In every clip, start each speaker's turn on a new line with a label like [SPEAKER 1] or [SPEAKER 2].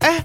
[SPEAKER 1] 哎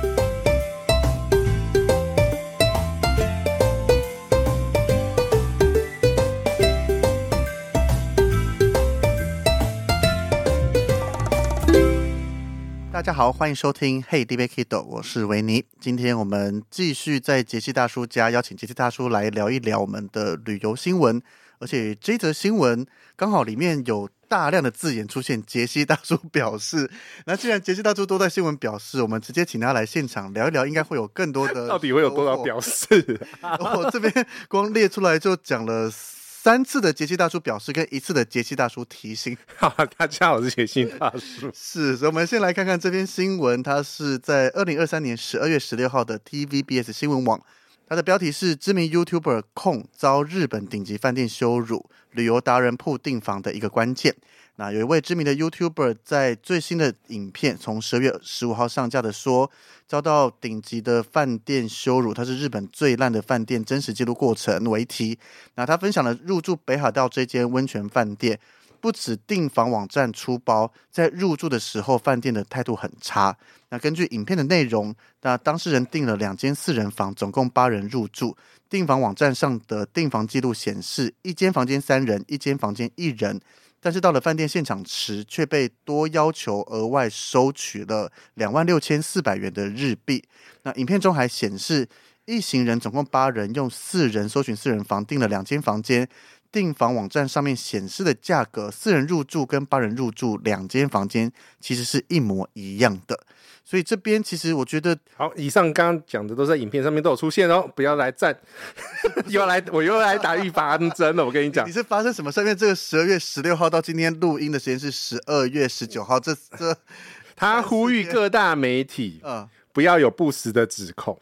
[SPEAKER 2] 大家好，欢迎收听 Hey DB Kido，我是维尼。今天我们继续在杰西大叔家，邀请杰西大叔来聊一聊我们的旅游新闻，而且这则新闻刚好里面有大量的字眼出现。杰西大叔表示，那既然杰西大叔都在新闻表示，我们直接请他来现场聊一聊，应该会有更多的 哦
[SPEAKER 3] 到底会有多少 表示？
[SPEAKER 2] 我这边光列出来就讲了三次的杰西大叔表示跟一次的杰西大叔提醒，
[SPEAKER 3] 好啦，大家好，我是写信大叔。
[SPEAKER 2] 是，所以我们先来看看这篇新闻，它是在二零二三年十二月十六号的 TVBS 新闻网，它的标题是“知名 YouTuber 控遭日本顶级饭店羞辱，旅游达人铺订房的一个关键”。那有一位知名的 YouTuber 在最新的影片从十月十五号上架的说，遭到顶级的饭店羞辱，它是日本最烂的饭店真实记录过程为题。那他分享了入住北海道这间温泉饭店，不止订房网站出包，在入住的时候，饭店的态度很差。那根据影片的内容，那当事人订了两间四人房，总共八人入住。订房网站上的订房记录显示，一间房间三人，一间房间一人。但是到了饭店现场时，却被多要求额外收取了两万六千四百元的日币。那影片中还显示，一行人总共八人，用四人搜寻四人房订了两间房间，订房网站上面显示的价格，四人入住跟八人入住两间房间其实是一模一样的。所以这边其实我觉得
[SPEAKER 3] 好，以上刚刚讲的都在影片上面都有出现哦，不要来赞， 又来我又来打预防针了。我跟你 讲
[SPEAKER 2] 你，是发生什么事？因为这个十二月十六号到今天录音的时间是十二月十九号，这这
[SPEAKER 3] 他呼吁各大媒 体
[SPEAKER 2] 呃，
[SPEAKER 3] 不要有不实的指控。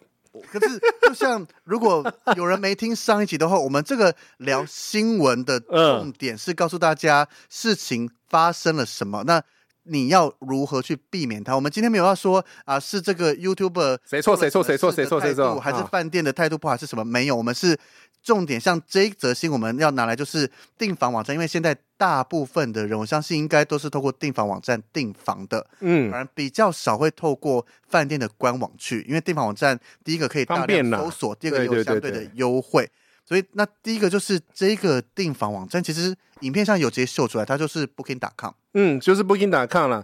[SPEAKER 2] 可是就像如果有人没听上一集的话，我们这个聊新闻的
[SPEAKER 3] 嗯
[SPEAKER 2] 重点是告诉大家事情发生了什么，那你要如何去避免它。我们今天没有要说啊，是这个 YouTuber
[SPEAKER 3] 谁错谁
[SPEAKER 2] 做
[SPEAKER 3] 错
[SPEAKER 2] 了
[SPEAKER 3] 谁
[SPEAKER 2] 什么
[SPEAKER 3] 错
[SPEAKER 2] 事的
[SPEAKER 3] 谁错谁
[SPEAKER 2] 态
[SPEAKER 3] 错，
[SPEAKER 2] 度还是
[SPEAKER 3] 啊
[SPEAKER 2] 饭店的态度不好，还是什么？没有，我们是重点。像这一则新，我们要拿来就是订房网站，因为现在大部分的人，我相信应该都是透过订房网站订房的，
[SPEAKER 3] 嗯
[SPEAKER 2] 反，而比较少会透过饭店的官网去，因为订房网站第一个可以大
[SPEAKER 3] 方便
[SPEAKER 2] 量搜
[SPEAKER 3] 啦
[SPEAKER 2] 索，第二个也
[SPEAKER 3] 对
[SPEAKER 2] 有
[SPEAKER 3] 对
[SPEAKER 2] 相
[SPEAKER 3] 对
[SPEAKER 2] 对的
[SPEAKER 3] 对
[SPEAKER 2] 优惠。所以，那第一个就是这个订房网站，其实影片上有直接秀出来，它就是 Booking.com。
[SPEAKER 3] 嗯，就是 Booking.com 啦。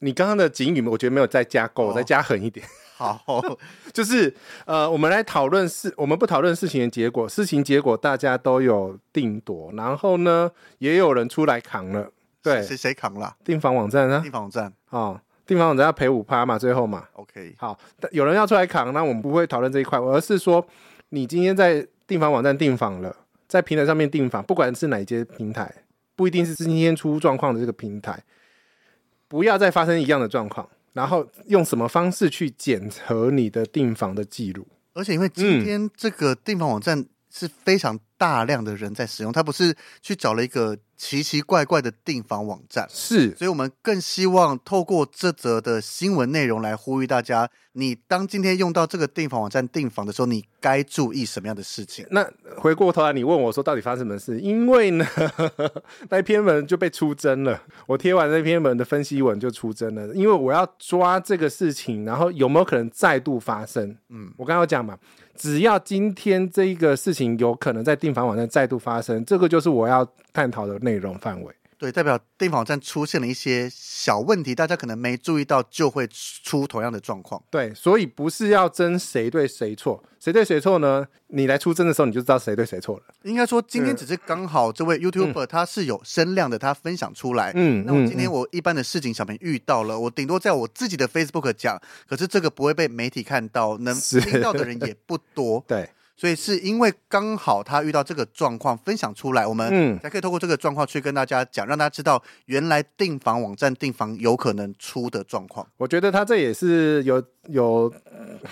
[SPEAKER 3] 你刚刚的警语，我觉得没有再加够，
[SPEAKER 2] 哦
[SPEAKER 3] 我再加狠一点。
[SPEAKER 2] 好，
[SPEAKER 3] 就是呃，我们来讨论事，我们不讨论事情的结果，事情结果大家都有定夺，然后呢，也有人出来扛了。对，
[SPEAKER 2] 谁谁扛 了
[SPEAKER 3] 订房网站啊
[SPEAKER 2] 订，房网站
[SPEAKER 3] 哦，订房网站要赔五趴嘛，最后嘛，
[SPEAKER 2] ？OK，
[SPEAKER 3] 好，但有人要出来扛，那我们不会讨论这一块，而是说你今天在订房网站订房了，在平台上面订房，不管是哪一些平台，不一定是今天出状况的这个平台，不要再发生一样的状况，然后用什么方式去检核你的订房的记录。
[SPEAKER 2] 而且因为
[SPEAKER 3] 嗯
[SPEAKER 2] 今天这个订房网站是非常大量的人在使用，它不是去找了一个奇奇怪怪的订房网站，
[SPEAKER 3] 是，
[SPEAKER 2] 所以我们更希望透过这则的新闻内容来呼吁大家：你当今天用到这个订房网站订房的时候，你该注意什么样的事情？
[SPEAKER 3] 那回过头来，你问我说到底发生什么事？因为呢， 那篇文就被出征了。我贴完那篇文的分析文就出征了，因为我要抓这个事情，然后有没有可能再度发生？嗯，我刚刚有讲嘛，只要今天这一个事情有可能在订房网站再度发生，这个就是我要探讨的内容范围。
[SPEAKER 2] 对，代表订房网站出现了一些小问题，大家可能没注意到，就会出同样的状况。
[SPEAKER 3] 对，所以不是要争谁对谁错，谁对谁错呢？你来出征的时候，你就知道谁对谁错了。
[SPEAKER 2] 应该说，
[SPEAKER 3] 嗯
[SPEAKER 2] 今天只是刚好这位 YouTuber 他是有声量的，他分享出来。
[SPEAKER 3] 嗯
[SPEAKER 2] 那我
[SPEAKER 3] 嗯
[SPEAKER 2] 今天我一般的事情小明遇到了，我顶多在我自己的 Facebook 讲，可是这个不会被媒体看到，能
[SPEAKER 3] 是
[SPEAKER 2] 听到的人也不多。
[SPEAKER 3] 对，
[SPEAKER 2] 所以是因为刚好他遇到这个状况，分享出来，我们
[SPEAKER 3] 嗯
[SPEAKER 2] 才可以透过这个状况去跟大家讲，让大家知道原来订房网站订房有可能出的状况。
[SPEAKER 3] 我觉得他这也是有有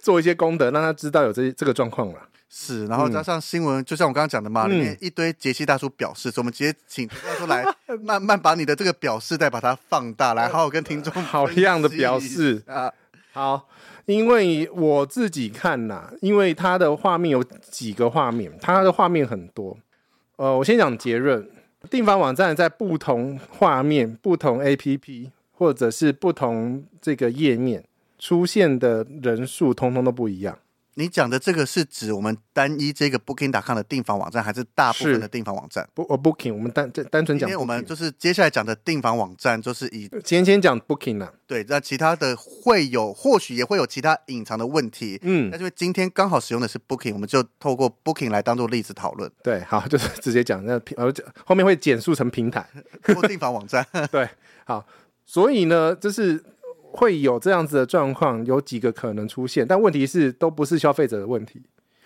[SPEAKER 3] 做一些功德，让他知道有这这个状况了。
[SPEAKER 2] 是，然后加上新闻，就像我刚刚讲的
[SPEAKER 3] 嗯
[SPEAKER 2] 嘛，里面一堆杰西大叔表示，所以我们直接请大叔 来慢慢把你的这个表示再把它放大，来好好跟听众
[SPEAKER 3] 哦好样的表示
[SPEAKER 2] 啊，
[SPEAKER 3] 好，因为我自己看啦，因为它的画面有几个画面，它的画面很多。呃，我先讲结论，订房网站在不同画面、不同 APP 或者是不同这个页面出现的人数，通通都不一样。
[SPEAKER 2] 你讲的这个是指我们单一这个 Booking.com 的订房网站，还是大部分的订房网站？
[SPEAKER 3] 不，呃，Booking，我们单单单纯
[SPEAKER 2] 今
[SPEAKER 3] 讲 Booking，
[SPEAKER 2] 天我们就是接下来讲的订房网站，就是以
[SPEAKER 3] 先先讲 Booking 啦。
[SPEAKER 2] 对，那其他的会有，或许也会有其他隐藏的问题。
[SPEAKER 3] 嗯
[SPEAKER 2] 那，因为今天刚好使用的是 Booking，我们就透过 Booking 来当做例子讨论，
[SPEAKER 3] 对，好， 就是直接讲那平，呃，后面会简述成平台。
[SPEAKER 2] 或订房网站。
[SPEAKER 3] 对，好，所以呢，就是会有这样子的状况，有几个可能出现，但问题是都不是消费者的问题。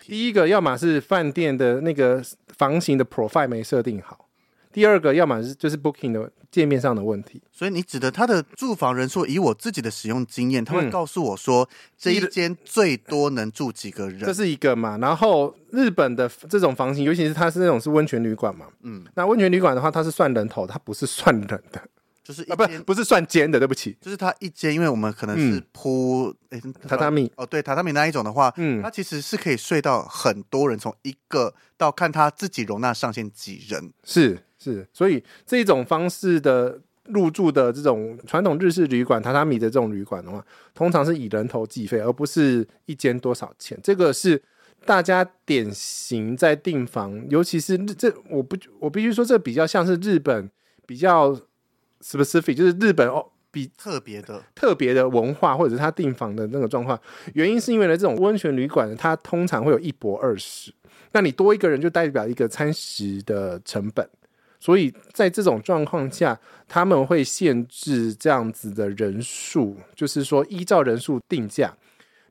[SPEAKER 3] 第一个，要么是饭店的那个房型的 profile 没设定好；第二个，要么是就是 Booking 的界面上的问题。
[SPEAKER 2] 所以你指的它的住房人数，以我自己的使用经验，他会
[SPEAKER 3] 嗯
[SPEAKER 2] 告诉我说、这
[SPEAKER 3] 一
[SPEAKER 2] 一
[SPEAKER 3] 人
[SPEAKER 2] 间最多能住几个人。
[SPEAKER 3] 这是一个嘛。然后日本的这种房型，尤其是它是那种是温泉旅馆嘛，嗯，那温泉旅馆的话，它是算人头，它不是算人的
[SPEAKER 2] 就是一
[SPEAKER 3] 啊，不
[SPEAKER 2] 间，
[SPEAKER 3] 不是算间的，对不起。
[SPEAKER 2] 就是它一间，因为我们可能是
[SPEAKER 3] 嗯
[SPEAKER 2] 铺、诶
[SPEAKER 3] 榻榻米
[SPEAKER 2] 哦，对，榻榻米那一种的话，
[SPEAKER 3] 嗯
[SPEAKER 2] 它其实是可以睡到很多人，从一个到看它自己容纳上限几人。
[SPEAKER 3] 是是，所以这种方式的入住的这种传统日式旅馆、榻榻米的这种旅馆的话，通常是以人头计费，而不是一间多少钱。这个是大家典型在订房，尤其是日这我不我必须说，这比较像是日本比较 specific，就是日本哦比
[SPEAKER 2] 特别的，
[SPEAKER 3] 特别的文化，或者是他订房的那个状况。原因是因为呢，这种温泉旅馆它通常会有一博二十，那你多一个人就代表一个餐食的成本，所以在这种状况下，他们会限制这样子的人数，就是说依照人数定价。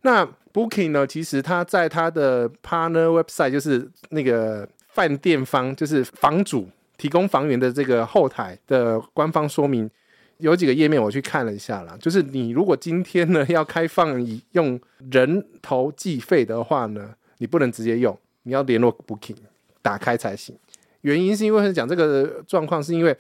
[SPEAKER 3] 那 Booking 呢，其实它在它的 Partner Website，就是那个饭店方，就是房主提供房源的这个后台的官方说明，有几个页面我去看了一下啦，就是你如果今天呢 要开放以用人头计费的话呢，你不能直接用，你要联络 Booking 打开才行。原因是因为是讲这个状况，是因为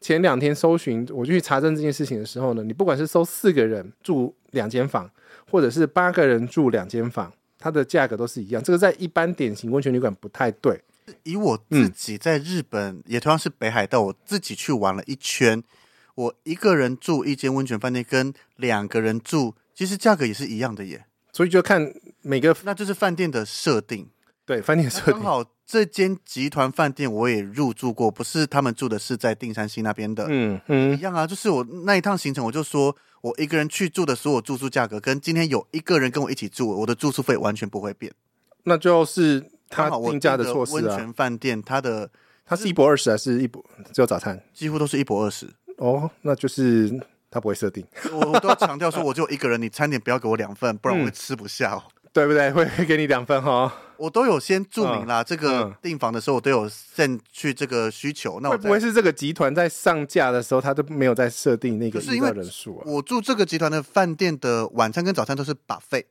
[SPEAKER 3] 前两天搜寻我去查证这件事情的时候呢，你不管是搜四个人住两间房，或者是八个人住两间房，它的价格都是一样。这个在一般典型温泉旅馆不太对。
[SPEAKER 2] 以我
[SPEAKER 3] 嗯
[SPEAKER 2] 自己在日本，也同样是北海道，我自己去玩了一圈，我一个人住一间温泉饭店，跟两个人住，其实价格也是一样的耶。
[SPEAKER 3] 所以就看每个
[SPEAKER 2] 那就是饭店的设 定。
[SPEAKER 3] 对饭店
[SPEAKER 2] 那
[SPEAKER 3] 设
[SPEAKER 2] 刚
[SPEAKER 3] 定，
[SPEAKER 2] 好这间集团饭店我也入住过，不是他们住的是在定山溪那边的，
[SPEAKER 3] 嗯嗯
[SPEAKER 2] 一，样啊。就是我那一趟行程，我就说我一个人去住的所有住宿价格，跟今天有一个人跟我一起住，我的住宿费完全不会变。
[SPEAKER 3] 那就是他
[SPEAKER 2] 刚好我
[SPEAKER 3] 定价
[SPEAKER 2] 订
[SPEAKER 3] 的
[SPEAKER 2] 的
[SPEAKER 3] 措施
[SPEAKER 2] 温
[SPEAKER 3] 啊。
[SPEAKER 2] 泉饭店它的
[SPEAKER 3] 它是一博二十还是一博只有早餐？
[SPEAKER 2] 几乎都是一博二十。
[SPEAKER 3] 哦，那就是他不会设定，
[SPEAKER 2] 我我都要强调说，我就一个人，你餐点不要给我两份，不然我
[SPEAKER 3] 嗯
[SPEAKER 2] 会吃不下、哦。
[SPEAKER 3] 对不对？ 会会给你两分哈、哦。
[SPEAKER 2] 我都有先注明啦，这个
[SPEAKER 3] 嗯
[SPEAKER 2] 订房的时候我都有 send 去这个需求。那我
[SPEAKER 3] 会不会
[SPEAKER 2] 再
[SPEAKER 3] 是这个集团在上架的时候，他都没有在设定那个
[SPEAKER 2] 就是
[SPEAKER 3] 依
[SPEAKER 2] 因为
[SPEAKER 3] 照人数啊？
[SPEAKER 2] 我住这个集团的饭店的晚餐跟早餐都是把费，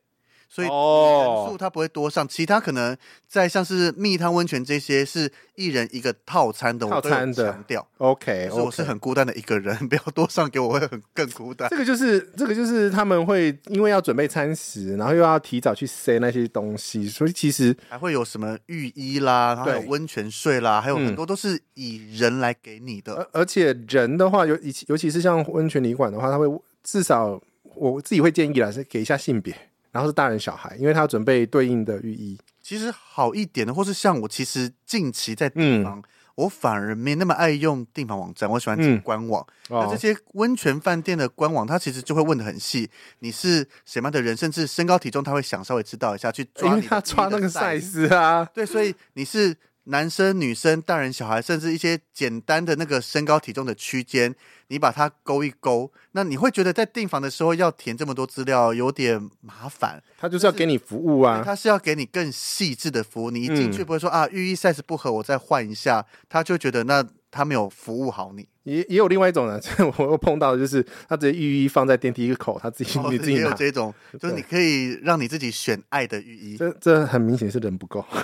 [SPEAKER 2] 所以人数
[SPEAKER 3] 哦，
[SPEAKER 2] 它不会多上。其他可能在像是蜜汤温泉这些是一人一个套餐的，我都有
[SPEAKER 3] 套餐的哎
[SPEAKER 2] 强调。
[SPEAKER 3] OK，
[SPEAKER 2] 所以我是很孤单的一个人，不 要多上给我会很更孤单。
[SPEAKER 3] 这个就是这个就是他们会因为要准备餐食，然后又要提早去塞那些东西，所以其实
[SPEAKER 2] 还会有什么浴衣啦，然后还有
[SPEAKER 3] 对
[SPEAKER 2] 温泉睡啦，还有很
[SPEAKER 3] 嗯
[SPEAKER 2] 多都是以人来给你的。
[SPEAKER 3] 而而且人的话，尤尤其尤其是像温泉旅馆的话，他会至少我自己会建议啦，是给一下性别，然后是大人小孩，因为他要准备对应的浴衣。
[SPEAKER 2] 其实好一点的，或是像我，其实近期在订房，我反而没那么爱用订房网站，我喜欢进
[SPEAKER 3] 嗯嗯
[SPEAKER 2] 官网。那
[SPEAKER 3] 哦
[SPEAKER 2] 这，些温泉饭店的官网，它其实就会问的很细，你是什么样的人，甚至身高体重，他会想稍微知道一下，去抓
[SPEAKER 3] 因为
[SPEAKER 2] 你的
[SPEAKER 3] 他抓那个
[SPEAKER 2] 赛。
[SPEAKER 3] size 啊，
[SPEAKER 2] 对，所以你是男生、女生、大人、小孩，甚至一些简单的那个身高体重的区间，你把它勾一勾，那你会觉得在订房的时候要填这么多资料有点麻烦。
[SPEAKER 3] 他就是要给你服务啊。
[SPEAKER 2] 它是要给你更细致的服务，你一进
[SPEAKER 3] 嗯
[SPEAKER 2] 去不会说、啊，浴衣 size 不合，我再换一下，他就觉得那他没有服务好 你。
[SPEAKER 3] 也也有另外一 种人，我又碰到的就是他直接浴衣放在电梯口，他自己、
[SPEAKER 2] 哦
[SPEAKER 3] 你自己
[SPEAKER 2] 也有
[SPEAKER 3] 拿，
[SPEAKER 2] 这 种，就是你可以让你自己选爱的浴衣，
[SPEAKER 3] 这这很明显是人不够。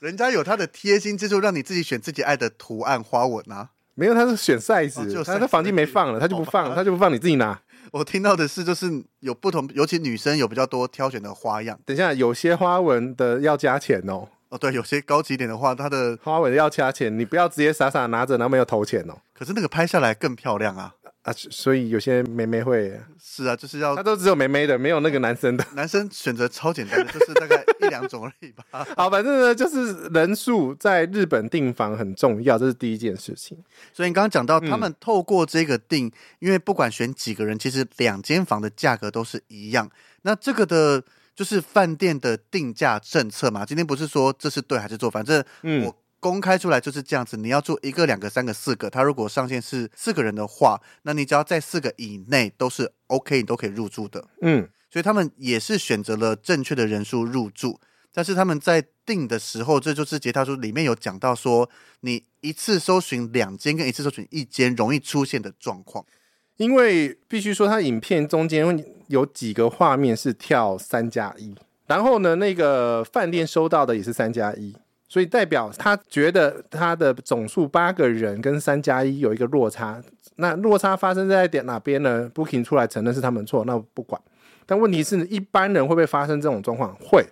[SPEAKER 2] 人家有他的贴心之处，让你自己选自己爱的图案花纹啊。
[SPEAKER 3] 没有，他是选
[SPEAKER 2] 哦只
[SPEAKER 3] size，、
[SPEAKER 2] 有
[SPEAKER 3] 他
[SPEAKER 2] size 哦
[SPEAKER 3] 他房间没放了，他就 不放，他就不放，你自己拿。
[SPEAKER 2] 我听到的是，就是有不同，尤其女生有比较多挑选的花样。
[SPEAKER 3] 等一下，有些花纹的要加钱哦，
[SPEAKER 2] 哦，对，有些高级一点的话，它的
[SPEAKER 3] 花纹要加钱，你不要直接傻傻拿着，然后没有投钱哦。
[SPEAKER 2] 可是那个拍下来更漂亮啊。
[SPEAKER 3] 啊，所以有些妹妹会，
[SPEAKER 2] 是啊，就是要
[SPEAKER 3] 她都只有妹妹的，没有那个男生的。
[SPEAKER 2] 男生选择超简单的，就是大概一两种而已吧。
[SPEAKER 3] 好，反正呢，就是人数在日本订房很重要，这是第一件事情。
[SPEAKER 2] 所以你刚刚讲到，他们透过这个定，因为不管选几个人，其实两间房的价格都是一样。那这个的就是饭店的定价政策嘛。今天不是说这是对还是错，反正
[SPEAKER 3] 嗯
[SPEAKER 2] 我公开出来就是这样子。你要住一个、两个、三个、四个，他如果上限是四个人的话，那你只要在四个以内都是 OK，你都可以入住的。
[SPEAKER 3] 嗯，
[SPEAKER 2] 所以他们也是选择了正确的人数入住。但是他们在定的时候，这就是杰他说里面有讲到说，你一次搜寻两间跟一次搜寻一间容易出现的状况。
[SPEAKER 3] 因为必须说，它影片中间有几个画面是跳三加一，然后呢，那个饭店收到的也是三加一，所以代表他觉得他的总数八个人跟三加一有一个落差。那落差发生在点哪边呢？Booking 出来承认是他们错，那我不管。但问题是，一般人会不会发生这种状况？会，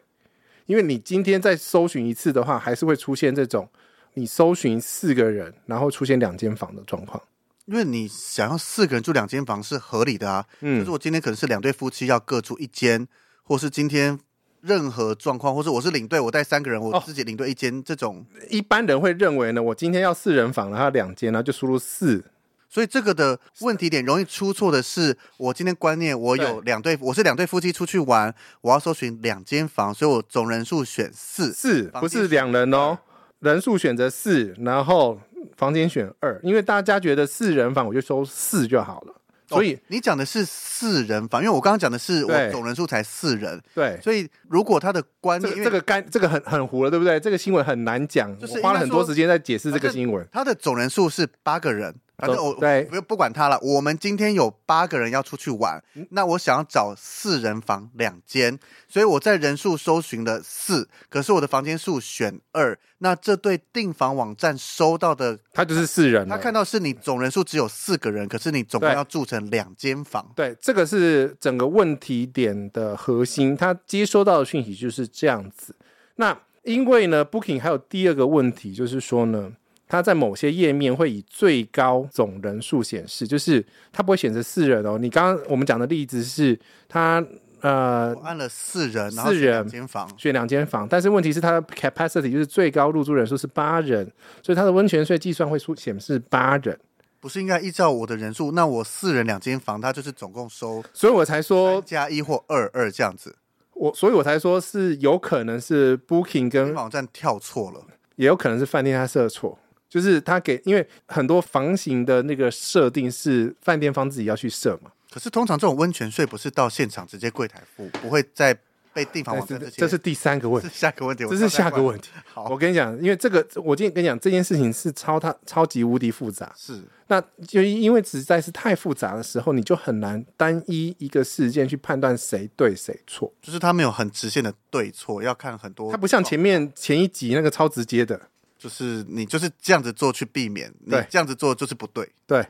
[SPEAKER 3] 因为你今天再搜寻一次的话，还是会出现这种你搜寻四个人，然后出现两间房的状况。
[SPEAKER 2] 因为你想要四个人住两间房是合理的啊，
[SPEAKER 3] 嗯
[SPEAKER 2] 就是我今天可能是两对夫妻要各住一间，或是今天任何状况，或是我是领队，我带三个人，我
[SPEAKER 3] 哦
[SPEAKER 2] 自己领队一间、这种，
[SPEAKER 3] 一般人会认为呢，我今天要四人房，然后两间，然后就输入四。
[SPEAKER 2] 所以这个的问题点容易出错的是，我今天观念我有
[SPEAKER 3] 对
[SPEAKER 2] 两对，我是两对夫妻出去玩，我要搜寻两间房，所以我总人数选四。
[SPEAKER 3] 四
[SPEAKER 2] 房间
[SPEAKER 3] 不是两人哦，人数选择四，然后房间选二，因为大家觉得四人房我就收四就好了，所以、
[SPEAKER 2] 哦你讲的是四人房，因为我刚刚讲的是我
[SPEAKER 3] 对
[SPEAKER 2] 总人数才四人，
[SPEAKER 3] 对。
[SPEAKER 2] 所以如果他的观
[SPEAKER 3] 这
[SPEAKER 2] 念，因为
[SPEAKER 3] 个这个干这个很很糊了，对不对？这个新闻很难讲，
[SPEAKER 2] 就是
[SPEAKER 3] 我花了很多时间在解释这
[SPEAKER 2] 应该
[SPEAKER 3] 个
[SPEAKER 2] 说
[SPEAKER 3] 新闻。
[SPEAKER 2] 他的总人数是八个人，反正我
[SPEAKER 3] 对
[SPEAKER 2] 不不管他了。我们今天有八个人要出去玩，
[SPEAKER 3] 嗯
[SPEAKER 2] 那我想要找四人房两间，所以我在人数搜寻了四，可是我的房间数选二。那这对订房网站收到的，
[SPEAKER 3] 他就是四人哦了，
[SPEAKER 2] 他看到是你总人数只有四个人，可是你总共
[SPEAKER 3] 对
[SPEAKER 2] 要住成两间房。
[SPEAKER 3] 对，这个是整个问题点的核心，他接收到的讯息就是这样子。那因为呢，Booking 还有第二个问题，就是说呢，它在某些页面会以最高总人数显示，就是它不会显示四人哦。你刚刚我们讲的例子是它呃
[SPEAKER 2] 我按了四人，然后
[SPEAKER 3] 四
[SPEAKER 2] 选
[SPEAKER 3] 人
[SPEAKER 2] 两间房，
[SPEAKER 3] 选两间房，但是问题是它的 capacity 就是最高入住人数是八人，所以它的温泉税计算会出显示八人，
[SPEAKER 2] 不是应该依照我的人数？那我四人两间房，它就是总共收
[SPEAKER 3] 所以我才说
[SPEAKER 2] 三加一或二二这样子。
[SPEAKER 3] 我，所以我才说是有可能是 Booking
[SPEAKER 2] 订
[SPEAKER 3] 跟
[SPEAKER 2] 房网站跳错了。
[SPEAKER 3] 也有可能是饭店他设错，就是他给，因为很多房型的那个设定是饭店方自己要去设嘛，
[SPEAKER 2] 可是通常这种温泉税不是到现场直接柜台付，不会再被订房
[SPEAKER 3] 但
[SPEAKER 2] 网站
[SPEAKER 3] 是
[SPEAKER 2] 些。
[SPEAKER 3] 哎这是第三个问
[SPEAKER 2] 这
[SPEAKER 3] 题，
[SPEAKER 2] 是下个问题，我
[SPEAKER 3] 这是
[SPEAKER 2] 知道
[SPEAKER 3] 下个问题。
[SPEAKER 2] 好
[SPEAKER 3] 我跟你讲，因为这个，我今天跟你讲这件事情是超它超级无敌复杂，
[SPEAKER 2] 是
[SPEAKER 3] 那就因为实在是太复杂的时候，你就很难单一一个事件去判断谁对谁错，
[SPEAKER 2] 就是他没有很直线的对错，要看很多。
[SPEAKER 3] 它不像前面前一集那个超直接的，
[SPEAKER 2] 就是你就是这样子做去避免，你
[SPEAKER 3] 对
[SPEAKER 2] 这样子做就是不对。
[SPEAKER 3] 对，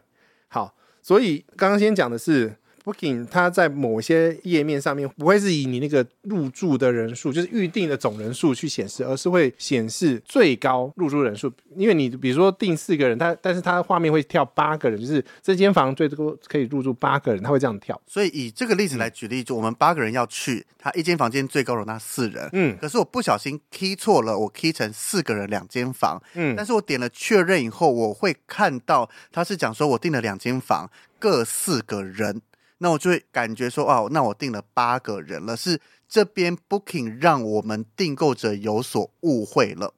[SPEAKER 3] 好，所以刚刚先讲的是 Booking，它在某些页面上面不会是以你那个入住的人数，就是预定的总人数去显示，而是会显示最高入住人数。因为你比如说定四个人，它但是它画面会跳八个人，就是这间房最多可以入住八个人，它会这样跳。
[SPEAKER 2] 所以以这个例子
[SPEAKER 3] 嗯
[SPEAKER 2] 来举例，就我们八个人要去，他一间房间最高容纳四人，
[SPEAKER 3] 嗯
[SPEAKER 2] 可是我不小心 key 错了，我 key 成四个人两间房，
[SPEAKER 3] 嗯
[SPEAKER 2] 但是我点了确认以后，我会看到他是讲说我订了两间房，各四个人，那我就会感觉说哦，那我订了八个人了，是这边 Booking 让我们订购者有所误会了。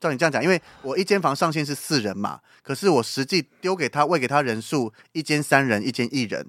[SPEAKER 2] 照你这样讲，因为我一间房上限是四人嘛，可是我实际丢给他喂给他人数，一间三人，一间一人，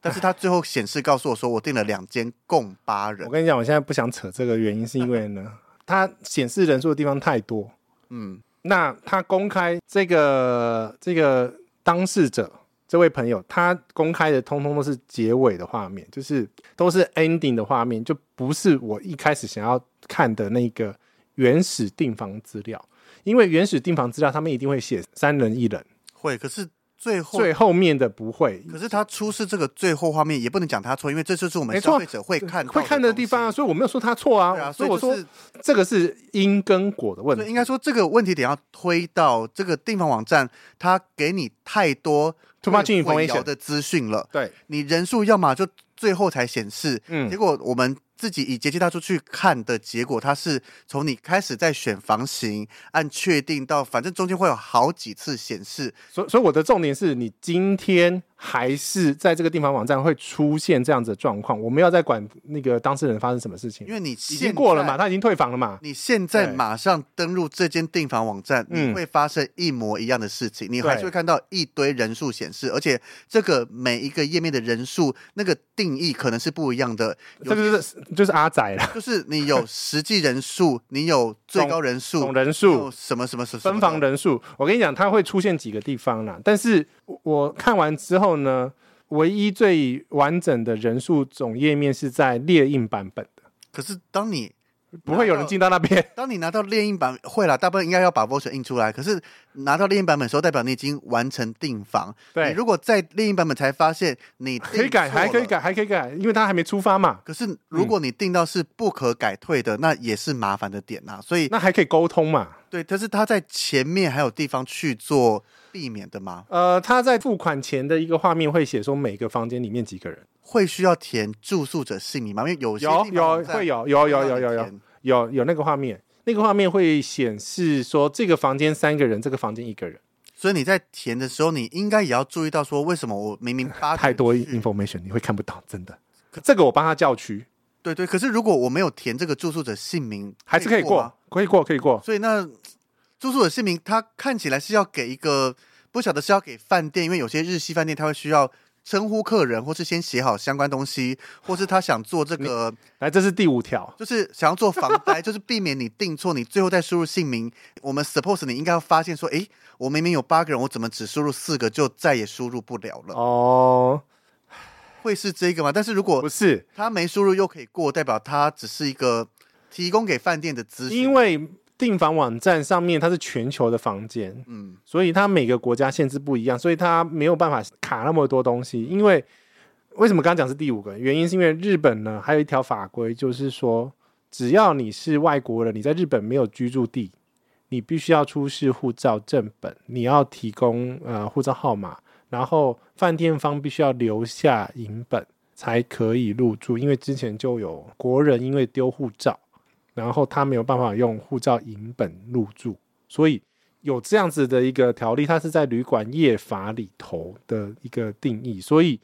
[SPEAKER 2] 但是他最后显示告诉我说我订了两间，共八人
[SPEAKER 3] 我。跟你讲，我现在不想扯这个原因，是因为 呢，它显示人数的地方太多，
[SPEAKER 2] 嗯，
[SPEAKER 3] 那他公开这个这个当事者这位朋友，他公开的通通都是结尾的画面，就是都是 ending 的画面，就不是我一开始想要看的那个原始订房资料。因为原始订房资料，他们一定会写三人一人，
[SPEAKER 2] 会，可是最后
[SPEAKER 3] 最后面的不会，
[SPEAKER 2] 可是他出示这个最后画面也不能讲他错，因为这就是我们
[SPEAKER 3] 没错
[SPEAKER 2] 消费者会看到
[SPEAKER 3] 会看的地方啊，
[SPEAKER 2] 东西。
[SPEAKER 3] 所以我没有说他错啊，
[SPEAKER 2] 对啊，所
[SPEAKER 3] 所以
[SPEAKER 2] 以
[SPEAKER 3] 我
[SPEAKER 2] 就
[SPEAKER 3] 说
[SPEAKER 2] 是
[SPEAKER 3] 这个是因跟果的问
[SPEAKER 2] 所以
[SPEAKER 3] 题
[SPEAKER 2] 应。该说这个问题得要推到这个订房网站，它给你太多
[SPEAKER 3] Too much
[SPEAKER 2] 会混
[SPEAKER 3] information
[SPEAKER 2] 淆的资讯了。
[SPEAKER 3] 对，
[SPEAKER 2] 你人数要么就最后才显示，
[SPEAKER 3] 嗯
[SPEAKER 2] 结，果我们自己以节气大数去看的结果，它是从你开始在选房型，按确定到反正中间会有好几次显示，
[SPEAKER 3] 所所以我的重点是你今天还是在这个订房网站会出现这样子的状况，我们要再管那个当事人发生什么事情，
[SPEAKER 2] 因为你
[SPEAKER 3] 已
[SPEAKER 2] 已
[SPEAKER 3] 经过了嘛，。他已经退房了嘛，
[SPEAKER 2] 你现在
[SPEAKER 3] 对
[SPEAKER 2] 马上登入这间订房网站，
[SPEAKER 3] 嗯
[SPEAKER 2] 你会发生一模一样的事情，你还
[SPEAKER 3] 对
[SPEAKER 2] 是会看到一堆人数显示，而且这个每一个页面的人数那个定义可能是不一样的，
[SPEAKER 3] 这就是就是阿仔了，
[SPEAKER 2] 就是你有实际人 数，你有最高人数
[SPEAKER 3] 总，人
[SPEAKER 2] 你
[SPEAKER 3] 数
[SPEAKER 2] 有、什么什么什么
[SPEAKER 3] 分房
[SPEAKER 2] 的，
[SPEAKER 3] 人数，我跟你讲，它会出现几个地方啦，但是我我看完之后呢，唯一最完整的人数总页面是在列印版本的，
[SPEAKER 2] 可是当你
[SPEAKER 3] 不会有人进到那边。
[SPEAKER 2] 当你拿到猎印版会啦，大部分应该要把 version 印出来。可是拿到猎印版本的时候，代表你已经完成订房。你
[SPEAKER 3] 对，
[SPEAKER 2] 如果在猎印版本才发现你订
[SPEAKER 3] 可以改，
[SPEAKER 2] 错了
[SPEAKER 3] 还可以。改，还可以改，因为它还没出发嘛，
[SPEAKER 2] 可是
[SPEAKER 3] 嗯
[SPEAKER 2] 如果你订到是不可改退的，那也是麻烦的点呐、所以
[SPEAKER 3] 那还可以沟通嘛。
[SPEAKER 2] 对，但是他在前面还有地方去做避免的吗？
[SPEAKER 3] 呃，他在付款前的一个画面会写说每个房间里面几个人，
[SPEAKER 2] 会需要填住宿者姓名吗？因为有些
[SPEAKER 3] 有
[SPEAKER 2] 地方
[SPEAKER 3] 有
[SPEAKER 2] 网站
[SPEAKER 3] 会有有有有
[SPEAKER 2] 会让
[SPEAKER 3] 有
[SPEAKER 2] 你
[SPEAKER 3] 有
[SPEAKER 2] 填
[SPEAKER 3] 有有那个画面，那个画面会显示说这个房间三个人，这个房间一个人，
[SPEAKER 2] 所以你在填的时候，你应该也要注意到说，为什么我明明八个
[SPEAKER 3] 太多
[SPEAKER 2] 人去
[SPEAKER 3] information 你会看不到，真的。这个我帮他叫区，
[SPEAKER 2] 对对，可是如果我没有填这个住宿者姓名，
[SPEAKER 3] 还是可以
[SPEAKER 2] 吗
[SPEAKER 3] 过，可以过，可以过。
[SPEAKER 2] 所以那住宿的姓名，它看起来是要给一个不晓得是要给饭店，因为有些日系饭店它会需要称呼客人，或是先写好相关东西，或是他想做这个，
[SPEAKER 3] 来，这是第五条，
[SPEAKER 2] 就是想要做防呆， 就是避免你定错，你最后再输入姓名。我们 suppose 你应该要发现说，诶，我明明有八个人，我怎么只输入四个，就再也输入不了了？
[SPEAKER 3] 哦，
[SPEAKER 2] 会是这个吗？但是如果
[SPEAKER 3] 不是，
[SPEAKER 2] 他没输入又可以过，代表他只是一个提供给饭店的资讯，
[SPEAKER 3] 因为订房网站上面它是全球的房间，
[SPEAKER 2] 嗯。
[SPEAKER 3] 所以它每个国家限制不一样，所以它没有办法卡那么多东西。因为为什么刚刚讲是第五个原因，是因为日本呢还有一条法规，就是说只要你是外国人，你在日本没有居住地，你必须要出示护照正本，你要提供呃护照号码，然后饭店方必须要留下银本才可以入住，因为之前就有国人因为丢护照，然后他没有办法用护照银本入住，所以有这样子的一个条例，它是在旅馆业法里头的一个定义，所以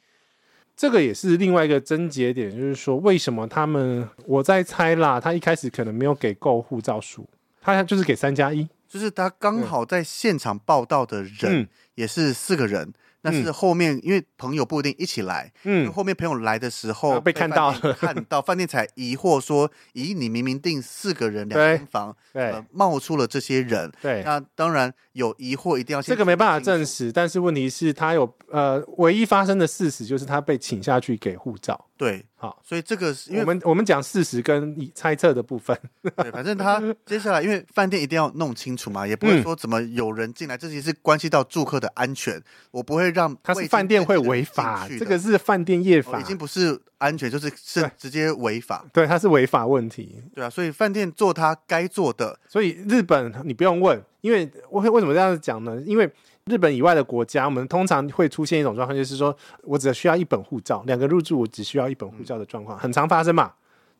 [SPEAKER 3] 这个也是另外一个症结点，就是说为什么他们我在猜啦，他一开始可能没有给够护照数，他就是给三加一，
[SPEAKER 2] 就是他刚好在现场报道的人、
[SPEAKER 3] 嗯
[SPEAKER 2] 也是四个人，但是后面因为朋友不一定一起来，
[SPEAKER 3] 嗯，
[SPEAKER 2] 后面朋友来的时
[SPEAKER 3] 啊
[SPEAKER 2] 候
[SPEAKER 3] 被看到
[SPEAKER 2] 饭店看 到饭店才疑惑说：“咦，你明明订四个人两间房，
[SPEAKER 3] 对
[SPEAKER 2] 呃，冒出了这些人。”
[SPEAKER 3] 对，
[SPEAKER 2] 那当然有疑惑，一定要先
[SPEAKER 3] 这个没办法
[SPEAKER 2] 清楚
[SPEAKER 3] 证实，但是问题是他有呃，唯一发生的事实就是他被请下去给护照。
[SPEAKER 2] 对。
[SPEAKER 3] 好，
[SPEAKER 2] 所以这个是因
[SPEAKER 3] 我
[SPEAKER 2] 为
[SPEAKER 3] 们我们讲事实跟以猜测的部分，
[SPEAKER 2] 对，反正他接下来因为饭店一定要弄清 楚嘛，也不会说怎么有人进来，这些是关系到住客的安全，我不会让
[SPEAKER 3] 他
[SPEAKER 2] 未
[SPEAKER 3] 是
[SPEAKER 2] 经
[SPEAKER 3] 饭店
[SPEAKER 2] 证
[SPEAKER 3] 会
[SPEAKER 2] 据的
[SPEAKER 3] 违
[SPEAKER 2] 人进
[SPEAKER 3] 法，
[SPEAKER 2] 去
[SPEAKER 3] 这
[SPEAKER 2] 的
[SPEAKER 3] 个是饭店业
[SPEAKER 2] 哦，
[SPEAKER 3] 法
[SPEAKER 2] 已，经不是安全，就是是
[SPEAKER 3] 对
[SPEAKER 2] 直接违法，
[SPEAKER 3] 对，它是违法问题。
[SPEAKER 2] 对啊，所以饭店做他该做的，
[SPEAKER 3] 所以日本你不用问，因为为为什么这样子讲呢？因为日本以外的国家，我们通常会出现一种状况，就是说我只需要一本护照，两个入住我只需要一本护照的状
[SPEAKER 2] 嗯
[SPEAKER 3] 况，很常发生嘛。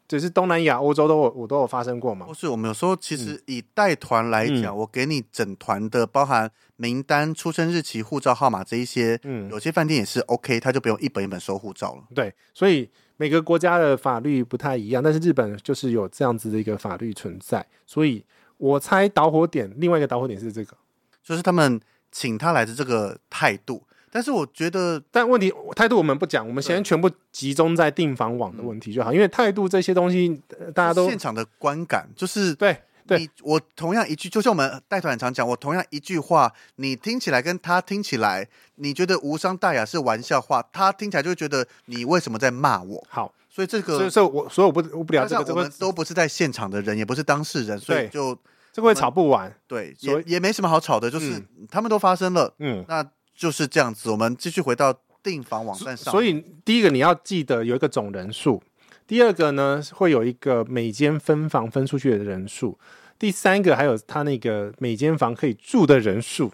[SPEAKER 3] 只是东南亚、欧洲都有我都有发生过嘛
[SPEAKER 2] 或。是我们有时候其
[SPEAKER 3] 嗯
[SPEAKER 2] 实以带团来讲，我给你整团的，包含名单、出生日期、护照号码这一些，
[SPEAKER 3] 嗯
[SPEAKER 2] 有些饭店也是 OK，他就不用一本一本收护照了。
[SPEAKER 3] 对，所以每个国家的法律不太一样，但是日本就是有这样子的一个法律存在，所以我猜导火点，另外一个导火点是这个。
[SPEAKER 2] 就是他们请他来的这个态度。但是我觉得，
[SPEAKER 3] 但问题态度我们不讲，我们先全部集中在订房网的问题就
[SPEAKER 2] 嗯
[SPEAKER 3] 好，因为态度这些东西呃大家都
[SPEAKER 2] 现场的观感就是
[SPEAKER 3] 对对
[SPEAKER 2] 你我同样一句，就像我们带团很常讲，我同样一句话，你听起来跟他听起来，你觉得无伤大雅是玩笑话，他听起来就会觉得你为什么在骂我？
[SPEAKER 3] 好，
[SPEAKER 2] 所以这个
[SPEAKER 3] 所以所以我所以我不我不聊
[SPEAKER 2] 加
[SPEAKER 3] 啊
[SPEAKER 2] 上
[SPEAKER 3] 这个，这
[SPEAKER 2] 我们
[SPEAKER 3] 个
[SPEAKER 2] 都不是在现场的人，也不是当事人，所以
[SPEAKER 3] 对
[SPEAKER 2] 就
[SPEAKER 3] 这个会吵不完，
[SPEAKER 2] 对，
[SPEAKER 3] 所
[SPEAKER 2] 也
[SPEAKER 3] 以
[SPEAKER 2] 也没什么好吵的，就是他们都发生了，
[SPEAKER 3] 嗯。
[SPEAKER 2] 那就是这样子。我们继续回到订房网站上，
[SPEAKER 3] 所以第一个你要记得有一个总人数，第二个呢会有一个每间分房分出去的人数，第三个还有它那个每间房可以住的人数。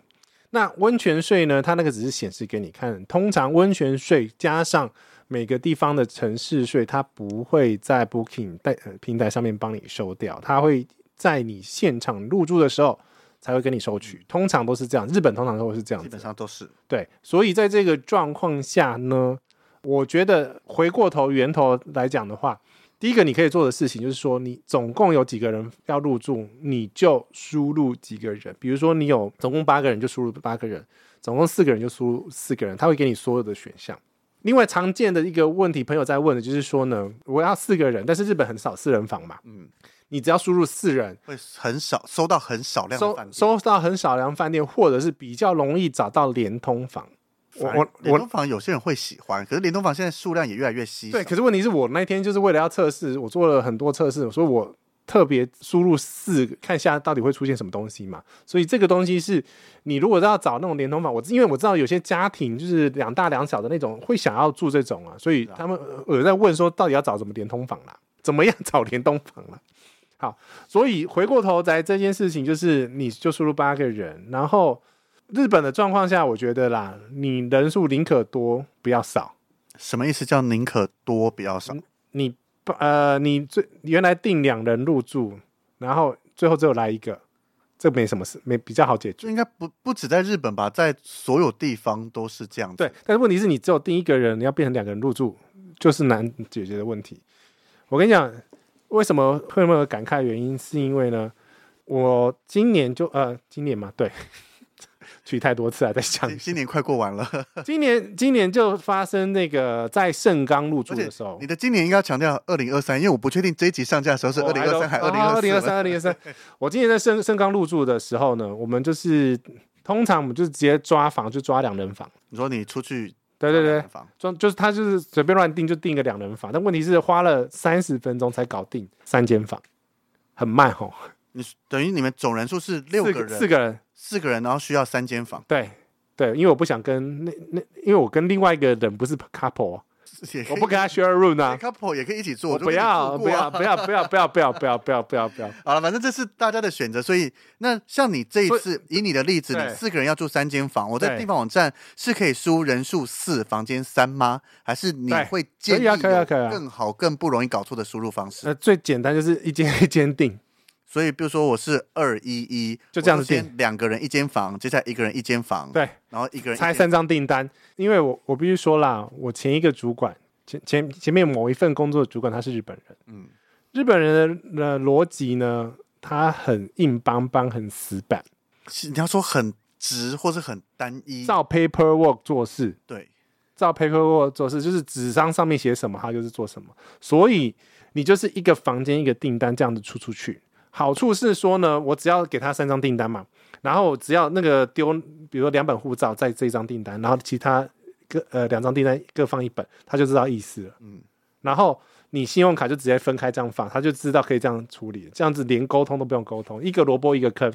[SPEAKER 3] 那温泉税呢，它那个只是显示给你看，通常温泉税加上每个地方的城市税，它不会在 Booking 带、呃、平台上面帮你收掉，它会在你现场入住的时候才会跟你收取，通常都是这样，日本通常都是这样
[SPEAKER 2] 基
[SPEAKER 3] 子
[SPEAKER 2] 本。上都是
[SPEAKER 3] 对，所以在这个状况下呢，我觉得回过头源头来讲的话，第一个你可以做的事情就是说，你总共有几个人要入住，你就输入几个人。比如说你有总共八个人，就输入八个人；总共四个人就输入四个人，他会给你所有的选项。另外常见的一个问题，朋友在问的就是说呢，我要四个人，但是日本很少四人房嘛，嗯，你只要输入四人，
[SPEAKER 2] 会很少收到很少量的
[SPEAKER 3] 收
[SPEAKER 2] 饭店。
[SPEAKER 3] 收到很少量饭店，或者是比较容易找到连通房。我
[SPEAKER 2] 反而
[SPEAKER 3] 我
[SPEAKER 2] 联
[SPEAKER 3] 我
[SPEAKER 2] 动房有些人会喜欢，可是联动房现在数量也越来越稀少。
[SPEAKER 3] 对，可是问题是我那天就是为了要测试，我做了很多测试，所以我特别输入四，看一下到底会出现什么东西嘛。所以这个东西是你如果要找那种连通房，我因为我知道有些家庭就是两大两小的那种会想要住这种啊，所以他们呃有在问说到底要找什么连通房啦，怎么样找连通房啦。好，所以回过头来这件事情就是你就输入八个人，然后日本的状况下，我觉得啦，你人数宁可多不要少。
[SPEAKER 2] 什么意思？叫宁可多不要
[SPEAKER 3] 嗯
[SPEAKER 2] 少？
[SPEAKER 3] 你不呃，你最你原来定两人入住，然后最后只有来一个，这没什么事，没比较好解决。
[SPEAKER 2] 就应该不不止在日本吧，在所有地方都是这样子。
[SPEAKER 3] 对，但是问题是你只有定一个人，你要变成两个人入住，就是难解决的问题。我跟你讲，为什么会那么感慨？原因是因为呢，我今年就呃，今年嘛，对， 去太多次啊，在想
[SPEAKER 2] 今，今年快过完了，
[SPEAKER 3] 今年今年就发生那个在盛冈入住
[SPEAKER 2] 而且
[SPEAKER 3] 的时候
[SPEAKER 2] 你，的今年应该要强调二零二三，因为我不确定这一集上架的时
[SPEAKER 3] 哦
[SPEAKER 2] 候是二零二三还是
[SPEAKER 3] 二
[SPEAKER 2] 二
[SPEAKER 3] 零
[SPEAKER 2] 零
[SPEAKER 3] 二
[SPEAKER 2] 二
[SPEAKER 3] 三、二零 二三。我今年在盛盛冈入住的时候呢，我们就是通常我们就是直接抓房，就抓两人房。
[SPEAKER 2] 你说你出去
[SPEAKER 3] 对对对，
[SPEAKER 2] 房
[SPEAKER 3] 装就是他就是随便乱订就订一个两人房，但问题是花了三十分钟才搞定三间房，很慢吼。
[SPEAKER 2] 你等于你们总人数是六
[SPEAKER 3] 四
[SPEAKER 2] 个人，
[SPEAKER 3] 四个人，
[SPEAKER 2] 四个人，然后需要三间房，
[SPEAKER 3] 对对，因为我不想跟那那，因为我跟另外一个人不是 couple，啊
[SPEAKER 2] 也可
[SPEAKER 3] 我
[SPEAKER 2] 以
[SPEAKER 3] 不跟他 share room
[SPEAKER 2] 对
[SPEAKER 3] 啊。
[SPEAKER 2] couple 也可以一起住，
[SPEAKER 3] 我
[SPEAKER 2] 就
[SPEAKER 3] 不
[SPEAKER 2] 跟你
[SPEAKER 3] 要
[SPEAKER 2] 住
[SPEAKER 3] 不
[SPEAKER 2] 过
[SPEAKER 3] 要
[SPEAKER 2] 啊
[SPEAKER 3] 不要不要不要不要不要不要不 要不要，
[SPEAKER 2] 好了，反正这是大家的选择，所以那像你这一
[SPEAKER 3] 所
[SPEAKER 2] 次，以你的例子，
[SPEAKER 3] 对
[SPEAKER 2] 你四个人要住三间房，我在
[SPEAKER 3] 对
[SPEAKER 2] 订房网站是可以输人数四，房间三吗？还是你
[SPEAKER 3] 对
[SPEAKER 2] 会建议
[SPEAKER 3] 可以啊
[SPEAKER 2] 有
[SPEAKER 3] 可以啊可以嗯啊
[SPEAKER 2] 更好、更不容易搞错的输入方式？
[SPEAKER 3] 那呃最简单就是一间一间订，
[SPEAKER 2] 所以，比如说我是二一一，
[SPEAKER 3] 就这样子
[SPEAKER 2] 我先两个人一间房，接下来一个人一间房，，
[SPEAKER 3] 对，
[SPEAKER 2] 然后一个人一
[SPEAKER 3] 拆
[SPEAKER 2] 间
[SPEAKER 3] 三张订单，因为我我必须说啦，我前一个主管前前前面某一份工作的主管他是日本人，
[SPEAKER 2] 嗯
[SPEAKER 3] 日本人的的逻辑呢，他很硬邦邦，很死板，
[SPEAKER 2] 是你要说很直或是很单一，
[SPEAKER 3] 照 paperwork 做事，
[SPEAKER 2] 对，
[SPEAKER 3] 照 paperwork 做事就是纸张上面写什么，他就是做什么，所以你就是一个房间一个订单这样子出出去。好处是说呢，我只要给他三张订单嘛，然后只要那个丢，比如说两本护照在这一张订单，然后其他各呃两张订单各放一本，他就知道意思了。嗯，然后你信用卡就直接分开这样放，他就知道可以这样处理，这样子连沟通都不用沟通，一个萝卜一个坑。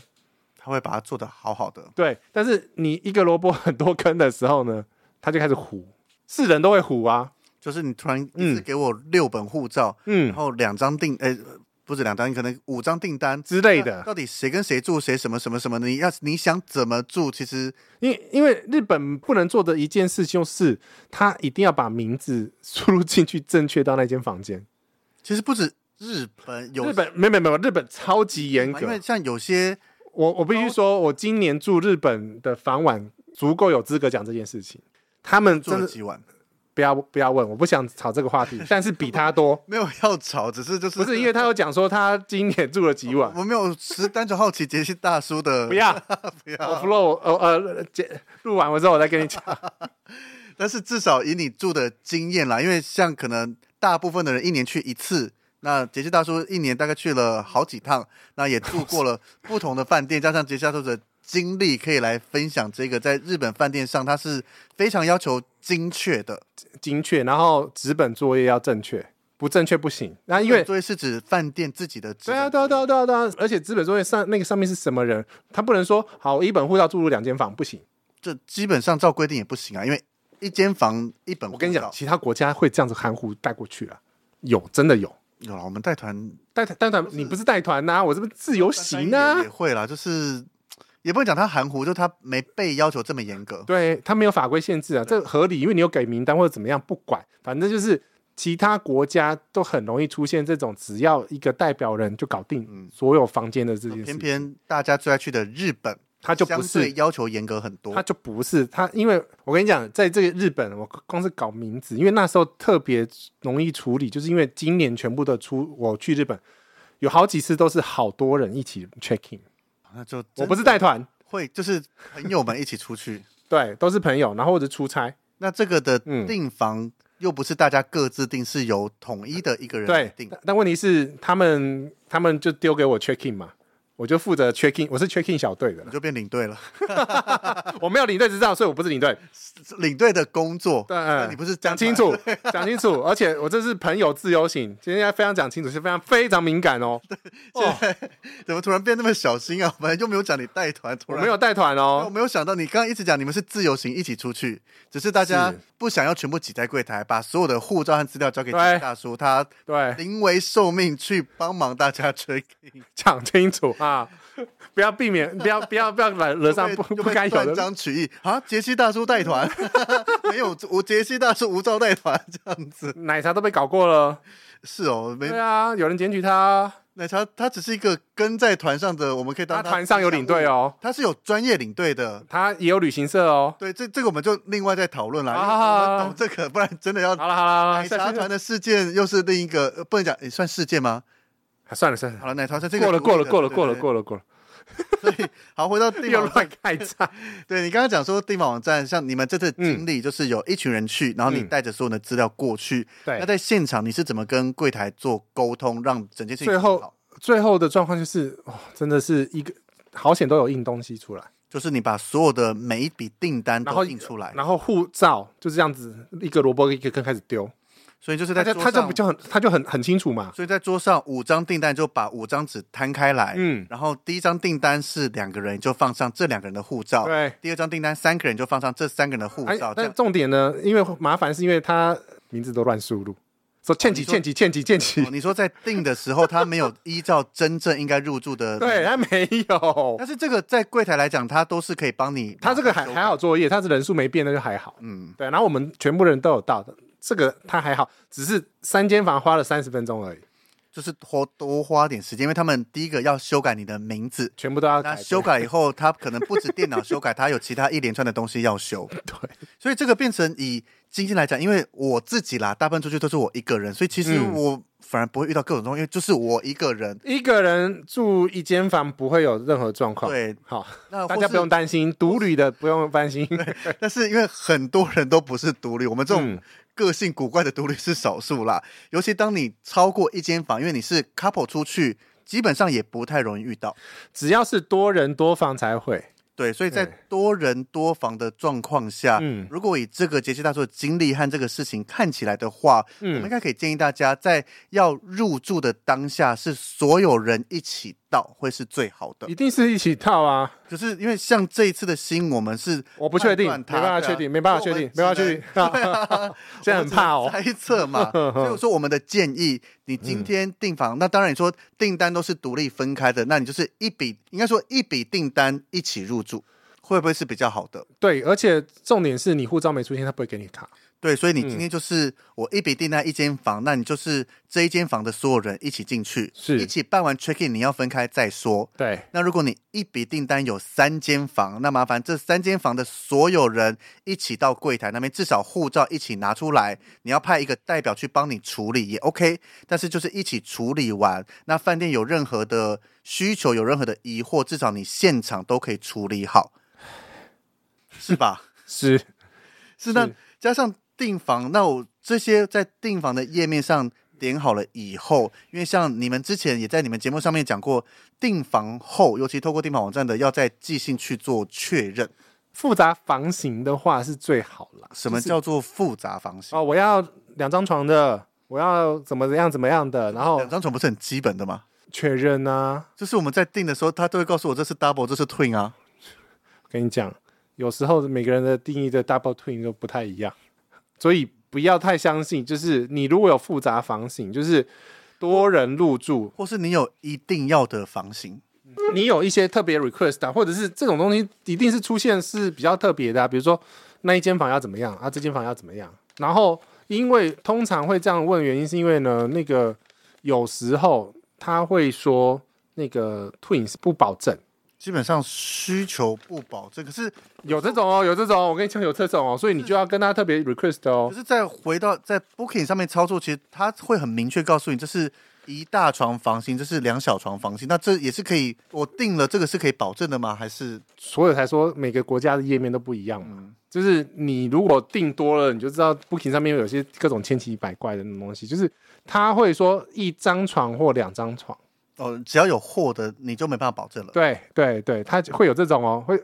[SPEAKER 2] 他会把它做得好好的，
[SPEAKER 3] 对，但是你一个萝卜很多坑的时候呢，他就开始糊，是人都会糊啊。
[SPEAKER 2] 就是你突然一
[SPEAKER 3] 嗯
[SPEAKER 2] 次给我六本护照，
[SPEAKER 3] 嗯
[SPEAKER 2] 然，后两张订，哎、不止两张，可能五张订单
[SPEAKER 3] 之类
[SPEAKER 2] 那
[SPEAKER 3] 的。
[SPEAKER 2] 到底谁跟谁住，谁什么什么什么？你要你想怎么住，其实
[SPEAKER 3] 因为因为日本不能做的一件事就是，他一定要把名字输入进去，正确到那间房间。
[SPEAKER 2] 其实不止日本有
[SPEAKER 3] 日本没没没有，日本超级严
[SPEAKER 2] 因为
[SPEAKER 3] 格。
[SPEAKER 2] 像有些
[SPEAKER 3] 我我必须说，我今年住日本的房晚足够有资格讲这件事情。他们
[SPEAKER 2] 住
[SPEAKER 3] 真
[SPEAKER 2] 了
[SPEAKER 3] 的
[SPEAKER 2] 几晚，
[SPEAKER 3] 不要不要问，我不想吵这个
[SPEAKER 2] 。
[SPEAKER 3] 话题，但是比他多
[SPEAKER 2] 没有要吵，只是就是
[SPEAKER 3] 不是因为他有讲说他今年住了几晚，
[SPEAKER 2] 我没有，只是单纯好奇杰西大叔的
[SPEAKER 3] 不 要
[SPEAKER 2] 不
[SPEAKER 3] 我
[SPEAKER 2] 要，
[SPEAKER 3] 不漏呃呃，结录完我之后我再跟你讲。
[SPEAKER 2] 但是至少以你住的经验啦，因为像可能大部分的人一年去一次，那杰西大叔一年大概去了好几趟，那也住过了不同的饭店，加上杰西大叔的经历，可以来分享这个在日本饭店上，他是非常要求精确的。
[SPEAKER 3] 精确，然后纸本作业要正确，不正确不行。那因为
[SPEAKER 2] 作业是指饭店自己的资
[SPEAKER 3] 对
[SPEAKER 2] 本，
[SPEAKER 3] 啊，对啊，对啊，对啊，对啊，而且资本作业上那个上面是什么人，他不能说好我一本护照住入两间房不行。
[SPEAKER 2] 这基本上照规定也不行啊，因为一间房一本护照。
[SPEAKER 3] 我跟你讲，其他国家会这样子含糊带过去了，有真的有。
[SPEAKER 2] 有了，我们带团
[SPEAKER 3] 带团带团，你不是带团呐、我这不是自由行
[SPEAKER 2] 也
[SPEAKER 3] 啊
[SPEAKER 2] 也？会啦，就是也不能讲他含糊，就他没被要求这么严格。
[SPEAKER 3] 对他没有法规限制啊，这合理，因为你有给名单或者怎么样，不管，反正就是其他国家都很容易出现这种，只要一个代表人就搞定所有房间的这件事
[SPEAKER 2] 偏
[SPEAKER 3] 情，
[SPEAKER 2] 偏大家最爱去的日本，
[SPEAKER 3] 他就不
[SPEAKER 2] 相对
[SPEAKER 3] 是
[SPEAKER 2] 要求严格很多
[SPEAKER 3] 他。就不是他，因为我跟你讲，在这个日本，我光是搞名字，因为那时候特别容易处理，就是因为今年全部的出我去日本，有好几次都是好多人一起 check in，
[SPEAKER 2] 啊那就
[SPEAKER 3] 我不是带团，
[SPEAKER 2] 会，就是朋友们一起出 去。
[SPEAKER 3] 对，都是朋友，然后或者出差，
[SPEAKER 2] 那这个的
[SPEAKER 3] 嗯
[SPEAKER 2] 订房又不是大家各自定，是由统一的一个人来
[SPEAKER 3] 对
[SPEAKER 2] 定。。
[SPEAKER 3] 但问题是他们他们就丢给我 check in 嘛。我就负责 check in，我是 check in 小队 的
[SPEAKER 2] 你，就变领队了，
[SPEAKER 3] 我没有领队执照，所以我不是领队。
[SPEAKER 2] 领队的工作，
[SPEAKER 3] 对，哎
[SPEAKER 2] 那你不是
[SPEAKER 3] 讲清楚，讲清楚，而且我这是朋友自由行，今天要非常讲清楚，是非常非常敏感哦。哦，
[SPEAKER 2] 怎么突然变那么小心啊？ 本来就没有讲你带团，突
[SPEAKER 3] 我
[SPEAKER 2] 然
[SPEAKER 3] 没有带团
[SPEAKER 2] 那我
[SPEAKER 3] 哦，
[SPEAKER 2] 没有想到，你刚刚一直讲你们是自由行一起出去，只是大家
[SPEAKER 3] 是
[SPEAKER 2] 不想要全部挤在柜台，把所有的护照和资料交给
[SPEAKER 3] 对
[SPEAKER 2] 金大叔，他
[SPEAKER 3] 对，
[SPEAKER 2] 临危受命去帮忙大家 check in，
[SPEAKER 3] 讲清楚啊，不要避 免，不要不要不要惹惹上
[SPEAKER 2] 就
[SPEAKER 3] 不
[SPEAKER 2] 被就
[SPEAKER 3] 不
[SPEAKER 2] 被
[SPEAKER 3] 该有
[SPEAKER 2] 断
[SPEAKER 3] 的。
[SPEAKER 2] 章取义啊！杰西大叔带团， 没有我杰西大叔无照带团这样子，
[SPEAKER 3] 奶茶都被搞过了，
[SPEAKER 2] 是哦，没
[SPEAKER 3] 对啊，有人检举他，
[SPEAKER 2] 奶茶，他只是一个跟在团上的，我们可以当
[SPEAKER 3] 他团上有领队
[SPEAKER 2] 哦，
[SPEAKER 3] 哦，
[SPEAKER 2] 他是有专业领队的。
[SPEAKER 3] 他也有旅行社哦。
[SPEAKER 2] 对，这这个我们就另外再讨论啦。因为
[SPEAKER 3] 啊
[SPEAKER 2] 我们懂这个，不然真的要
[SPEAKER 3] 好了好了，好了
[SPEAKER 2] 奶
[SPEAKER 3] 下
[SPEAKER 2] 茶
[SPEAKER 3] 次
[SPEAKER 2] 团的事件又是另一个，呃不能讲、诶算事件吗？
[SPEAKER 3] 啊算了算
[SPEAKER 2] 好
[SPEAKER 3] 了，
[SPEAKER 2] 了，奶茶团这个
[SPEAKER 3] 过了过了过了过了
[SPEAKER 2] 了。
[SPEAKER 3] 过了过
[SPEAKER 2] 对
[SPEAKER 3] 了，
[SPEAKER 2] 对所以好，回到 地
[SPEAKER 3] 又
[SPEAKER 2] 方网站，
[SPEAKER 3] 乱 开战。
[SPEAKER 2] 对你刚刚讲说地方网站，像你们这次经历就是有一群人去，然后你
[SPEAKER 3] 嗯
[SPEAKER 2] 带着所有的资料过去。那
[SPEAKER 3] 对，
[SPEAKER 2] 在现场你是怎么跟柜台做沟通，让整件事情
[SPEAKER 3] 最后
[SPEAKER 2] 更好
[SPEAKER 3] 最后的状况就是，哦，真的是一个好险都有印东西出来，
[SPEAKER 2] 就是你把所有的每一笔订单
[SPEAKER 3] 然后
[SPEAKER 2] 都印出来，
[SPEAKER 3] 然后护照就这样子一个萝卜一个坑开始丢，
[SPEAKER 2] 所以就是
[SPEAKER 3] 大
[SPEAKER 2] 在
[SPEAKER 3] 家
[SPEAKER 2] 桌
[SPEAKER 3] 他这
[SPEAKER 2] 上
[SPEAKER 3] 不就很他就很很清楚嘛。
[SPEAKER 2] 所以在桌上五张订单就把五张纸摊开来，
[SPEAKER 3] 嗯
[SPEAKER 2] 然后第一张订单是两个人，就放上这两个人的护照，
[SPEAKER 3] 对
[SPEAKER 2] 第二张订单三个人就放上这三个人的护
[SPEAKER 3] 哎
[SPEAKER 2] 照，，这
[SPEAKER 3] 但
[SPEAKER 2] 样
[SPEAKER 3] 重点呢，因为麻烦是因为他名字都乱输入，说欠几
[SPEAKER 2] 哦你说
[SPEAKER 3] 欠几欠几欠
[SPEAKER 2] 哦
[SPEAKER 3] 几，
[SPEAKER 2] 你说在订的时候，他没有依照真正应该入住的，
[SPEAKER 3] 对。他没有，
[SPEAKER 2] 但是这个在柜台来讲，他都是可以帮你。
[SPEAKER 3] 哦他这个还还好，作业，他是人数没变，那就还好。
[SPEAKER 2] 嗯，
[SPEAKER 3] 对，然后我们全部人都有到的，这个他还好，只是三间房花了三十分钟而已，
[SPEAKER 2] 就是多多花点时间，因为他们第一个要修改你的名字，
[SPEAKER 3] 全部都要
[SPEAKER 2] 那
[SPEAKER 3] 改。
[SPEAKER 2] 修改以后，他可能不止电脑修改，他有其他一连串的东西要修。
[SPEAKER 3] 对，
[SPEAKER 2] 所以这个变成以经济来讲，因为我自己啦，大部分出去都是我一个人，所以其实
[SPEAKER 3] 嗯
[SPEAKER 2] 我反而不会遇到各种东西，因为就是我一个人。
[SPEAKER 3] 一个人住一间房不会有任何状况。
[SPEAKER 2] 对，
[SPEAKER 3] 好，
[SPEAKER 2] 那
[SPEAKER 3] 大
[SPEAKER 2] 或
[SPEAKER 3] 家
[SPEAKER 2] 是
[SPEAKER 3] 不用，担心，独旅的不用担心。
[SPEAKER 2] 但是因为很多人都不是独立，我们这种
[SPEAKER 3] 嗯
[SPEAKER 2] 个性古怪的独立是少数啦。尤其当你超过一间房，因为你是 couple 出去，基本上也不太容易遇到。
[SPEAKER 3] 只要是多人多房才会。
[SPEAKER 2] 对，所以在
[SPEAKER 3] 对
[SPEAKER 2] 多人多房的状况下，
[SPEAKER 3] 嗯
[SPEAKER 2] 如果以这个杰西大叔的经历和这个事情看起来的话，我
[SPEAKER 3] 嗯
[SPEAKER 2] 们应该可以建议大家在要入住的当下，是所有人一起到会是最好的
[SPEAKER 3] 一。定是一起套啊！
[SPEAKER 2] 就是因为像这一次的新，我们是
[SPEAKER 3] 我不确定，
[SPEAKER 2] 判
[SPEAKER 3] 没
[SPEAKER 2] 断啊它
[SPEAKER 3] 办法确定，没办法确定，没办法确定。。
[SPEAKER 2] 对啊
[SPEAKER 3] 现在很怕
[SPEAKER 2] 我
[SPEAKER 3] 哦
[SPEAKER 2] 们只能猜测 嘛，所以说我们的建议，你今天订
[SPEAKER 3] 嗯
[SPEAKER 2] 房，那当然你说订单都是独立分开的，那你就是一笔，应该说一笔订单一起入住，会不会是比较好的？
[SPEAKER 3] 对，而且重点是你护照没出现，他不会给你卡。
[SPEAKER 2] 对，所以你
[SPEAKER 3] 嗯
[SPEAKER 2] 今天就是、我一笔订那一间房，那你就是这一间房的所有人一起进去，
[SPEAKER 3] 是
[SPEAKER 2] 一起办完 check in，你要分开再说。
[SPEAKER 3] 对，
[SPEAKER 2] 那如果你一笔订单有三间房，那麻烦这三间房的所有人一起到柜台那边，至少护照一起拿出来，你要派一个代表去帮你处理也 OK。但是就是一起处理完，那饭店有任何的需求、有任何的疑惑，至少你现场都可以处理好，是吧？
[SPEAKER 3] 是
[SPEAKER 2] 是那
[SPEAKER 3] 是
[SPEAKER 2] 加上订房，那我这些在订房的页面上点好了以后，因为像你们之前也在你们节目上面讲过，订房后，尤其透过订房网站的，要再寄信去做确认。
[SPEAKER 3] 复杂房型的话是最好啦。
[SPEAKER 2] 什么
[SPEAKER 3] 就是
[SPEAKER 2] 叫做复杂房型？
[SPEAKER 3] 哦？我要两张床的，我要怎么样怎么样的，然后
[SPEAKER 2] 两张床不是很基本的吗？
[SPEAKER 3] 确认啊。
[SPEAKER 2] 就是我们在订的时候，他都会告诉我这是 double，这是 twin 啊。
[SPEAKER 3] 跟你讲，有时候每个人的定义的 double twin 都不太一样，所以不要太相信。就是你如果有复杂房型，就是多人入住，
[SPEAKER 2] 或是你有一定要的房型，
[SPEAKER 3] 你有一些特别 request 啊，或者是这种东西一定是出现是比较特别的、啊，比如说那一间房要怎么样啊，这间房要怎么样。然后因为通常会这样问，原因是因为呢，那个有时候他会说那个 twins 不保证，
[SPEAKER 2] 基本上需求不保证。可是
[SPEAKER 3] 有这种哦，有这种哦，我跟你讲有这种哦，所以你就要跟他特别 request 哦
[SPEAKER 2] 可。是再回到在 Booking 上面操作，其实它会很明确告诉你，这是一大床房型，这是两小床房型。那这也是可以，我定了这个是可以保证的吗？还是
[SPEAKER 3] 所以才说每个国家的页面都不一样嘛。
[SPEAKER 2] 嗯
[SPEAKER 3] 就是你如果订多了，你就知道 Booking 上面有些各种千奇百怪的那种东西。就是他会说一张床或两张床，
[SPEAKER 2] 哦，只要有货的你就没办法保证了？
[SPEAKER 3] 对对对，他会有这种哦，会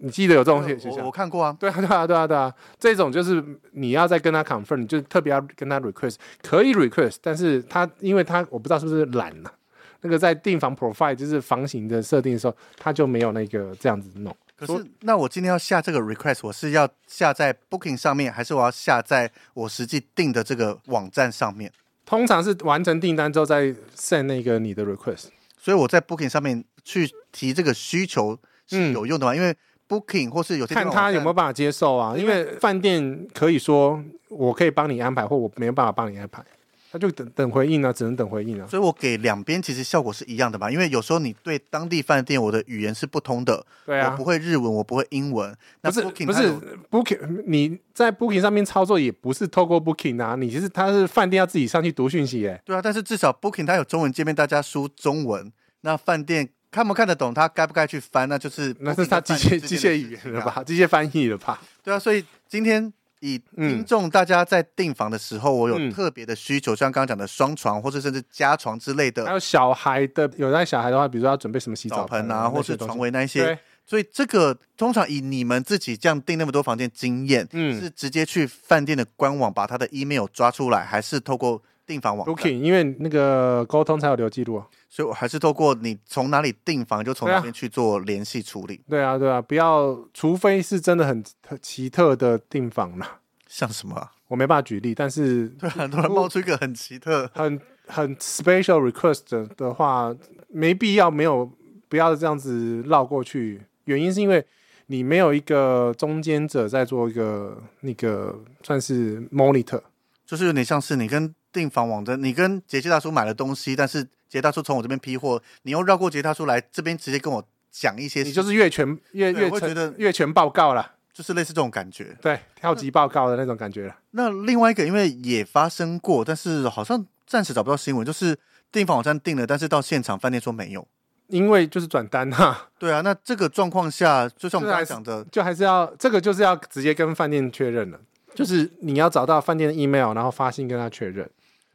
[SPEAKER 3] 你记得有这种
[SPEAKER 2] 对
[SPEAKER 3] 现
[SPEAKER 2] 呃我我
[SPEAKER 3] 象。
[SPEAKER 2] 看过啊，
[SPEAKER 3] 对啊，对啊，对啊，对啊，这种就是你要再跟他 confirm，你就特别要跟他 request，可以 request，但是他因为他我不知道是不是懒了、那个在订房 profile 就是房型的设定的时候，他就没有那个这样子弄。
[SPEAKER 2] 可是那我今天要下这个 request，我是要下在 Booking 上面，还是我要下在我实际定的这个网站上面？
[SPEAKER 3] 通常是完成订单之后再 send 那个你的 request。
[SPEAKER 2] 所以我在 Booking 上面去提这个需求是
[SPEAKER 3] 嗯
[SPEAKER 2] 有用的吗？因为 Booking 或是有些地
[SPEAKER 3] 看
[SPEAKER 2] 方
[SPEAKER 3] 他
[SPEAKER 2] 网
[SPEAKER 3] 有
[SPEAKER 2] 站
[SPEAKER 3] 没有办法接受啊，因为饭店可以说我可以帮你安排，或我没有办法帮你安排，他就等等回应啊，只能等回应啊。
[SPEAKER 2] 所以我给两边其实效果是一样的吧，因为有时候你对当地饭店我的语言是不通的，
[SPEAKER 3] 对
[SPEAKER 2] 我
[SPEAKER 3] 啊
[SPEAKER 2] 不，会日文，我不会英文，那
[SPEAKER 3] 不是
[SPEAKER 2] Booking
[SPEAKER 3] 不
[SPEAKER 2] 它
[SPEAKER 3] 是
[SPEAKER 2] 有
[SPEAKER 3] Booking，你在 Booking 上面操作也不是透过 Booking 啊，你其实他是饭店要自己上去读讯息耶、
[SPEAKER 2] 对啊，但是至少 Booking 它有中文界面，大家输中文，那饭店看不看得懂，他该不该去翻，那就是
[SPEAKER 3] 那是他
[SPEAKER 2] Booking
[SPEAKER 3] 机
[SPEAKER 2] 跟饭店
[SPEAKER 3] 械
[SPEAKER 2] 之
[SPEAKER 3] 机械
[SPEAKER 2] 间的
[SPEAKER 3] 语
[SPEAKER 2] 事
[SPEAKER 3] 言
[SPEAKER 2] 情
[SPEAKER 3] 了
[SPEAKER 2] 啊
[SPEAKER 3] 吧，机械翻译了吧？
[SPEAKER 2] 对啊，所以今天以
[SPEAKER 3] 嗯
[SPEAKER 2] 听众大家在订房的时候，我有
[SPEAKER 3] 嗯
[SPEAKER 2] 特别的需求，像刚刚讲的双床或者甚至加床之类
[SPEAKER 3] 还
[SPEAKER 2] 的
[SPEAKER 3] 有小孩的，有带小孩的话，比如说要准备什么洗
[SPEAKER 2] 澡
[SPEAKER 3] 澡
[SPEAKER 2] 盆
[SPEAKER 3] 啊，
[SPEAKER 2] 啊，或
[SPEAKER 3] 那些
[SPEAKER 2] 是
[SPEAKER 3] 东西
[SPEAKER 2] 床围那一些，
[SPEAKER 3] 对。
[SPEAKER 2] 所以这个通常以你们自己这样订那么多房间经验，
[SPEAKER 3] 嗯
[SPEAKER 2] 是直接去饭店的官网把他的 email 抓出来，还是透过订房网站
[SPEAKER 3] Booking，因为那个沟通才有留记录、啊。
[SPEAKER 2] 所以我还是透过你从哪里订房就从哪边去做联系处理，
[SPEAKER 3] 对啊，对啊，不要，除非是真的很特奇特的订房啦，
[SPEAKER 2] 像什么、啊？
[SPEAKER 3] 我没办法举例，但是
[SPEAKER 2] 对，很多人冒出一个很奇特，
[SPEAKER 3] 很很 special request 的的话，没必要，没有不要这样子绕过去。原因是因为你没有一个中间者在做一个那个算是 monitor，
[SPEAKER 2] 就是有点像是你跟订房网站，你跟杰西大叔买了东西，但是杰大叔从我这边批货，你又绕过杰大叔来这边直接跟我讲一些事，
[SPEAKER 3] 你就是越权越
[SPEAKER 2] 对
[SPEAKER 3] 越
[SPEAKER 2] 我会觉得
[SPEAKER 3] 权越权报告啦，
[SPEAKER 2] 就是类似这种感觉。
[SPEAKER 3] 对，跳级报告的那种感觉了。
[SPEAKER 2] 那另外一个，因为也发生过，但是好像暂时找不到新闻，就是订房网站订了，但是到现场饭店说没有。
[SPEAKER 3] 因为就是转单哈、
[SPEAKER 2] 对啊，那这个状况下，就像我们
[SPEAKER 3] 是
[SPEAKER 2] 刚
[SPEAKER 3] 啊
[SPEAKER 2] 才讲的，
[SPEAKER 3] 就还是要这个就是要直接跟饭店确认了，就是你要找到饭店的 email，然后发信跟他确认。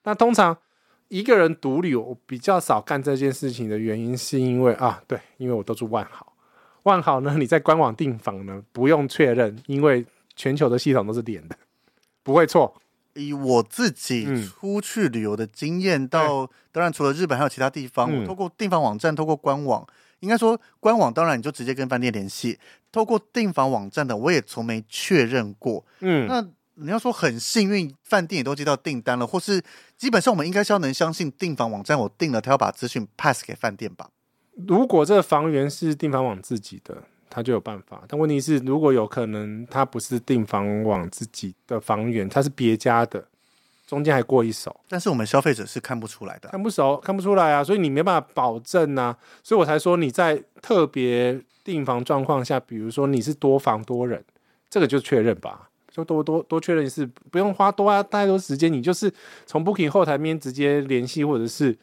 [SPEAKER 3] 那通常一个人独旅，我比较少干这件事情的原因是因为啊，对，因为我都住万豪，万豪呢你在官网订房呢不用确认，因为全球的系统都是连的，不会错。
[SPEAKER 2] 以我自己
[SPEAKER 3] 嗯
[SPEAKER 2] 出去旅游的经验到，当然除了日本还有其他地方，
[SPEAKER 3] 嗯
[SPEAKER 2] 我透过订房网站，透过官网，应该说官网当然你就直接跟饭店联系，透过订房网站的我也从没确认过。
[SPEAKER 3] 嗯，
[SPEAKER 2] 那你要说很幸运，饭店也都接到订单了，或是基本上我们应该是要能相信订房网站，我订了，他要把资讯 pass 给饭店吧。
[SPEAKER 3] 如果这个房源是订房网自己的，他就有办法。但问题是，如果有可能，他不是订房网自己的房源，他是别家的，中间还过一手，
[SPEAKER 2] 但是我们消费者是看不出来的啊。
[SPEAKER 3] 看不熟，看不出来啊，所以你没办法保证啊，所以我才说你在特别订房状况下，比如说你是多房多人，这个就确认吧，就多多多确认一次，不用花多啊太多时间，你就是从 Booking 后台面直接联系，或者是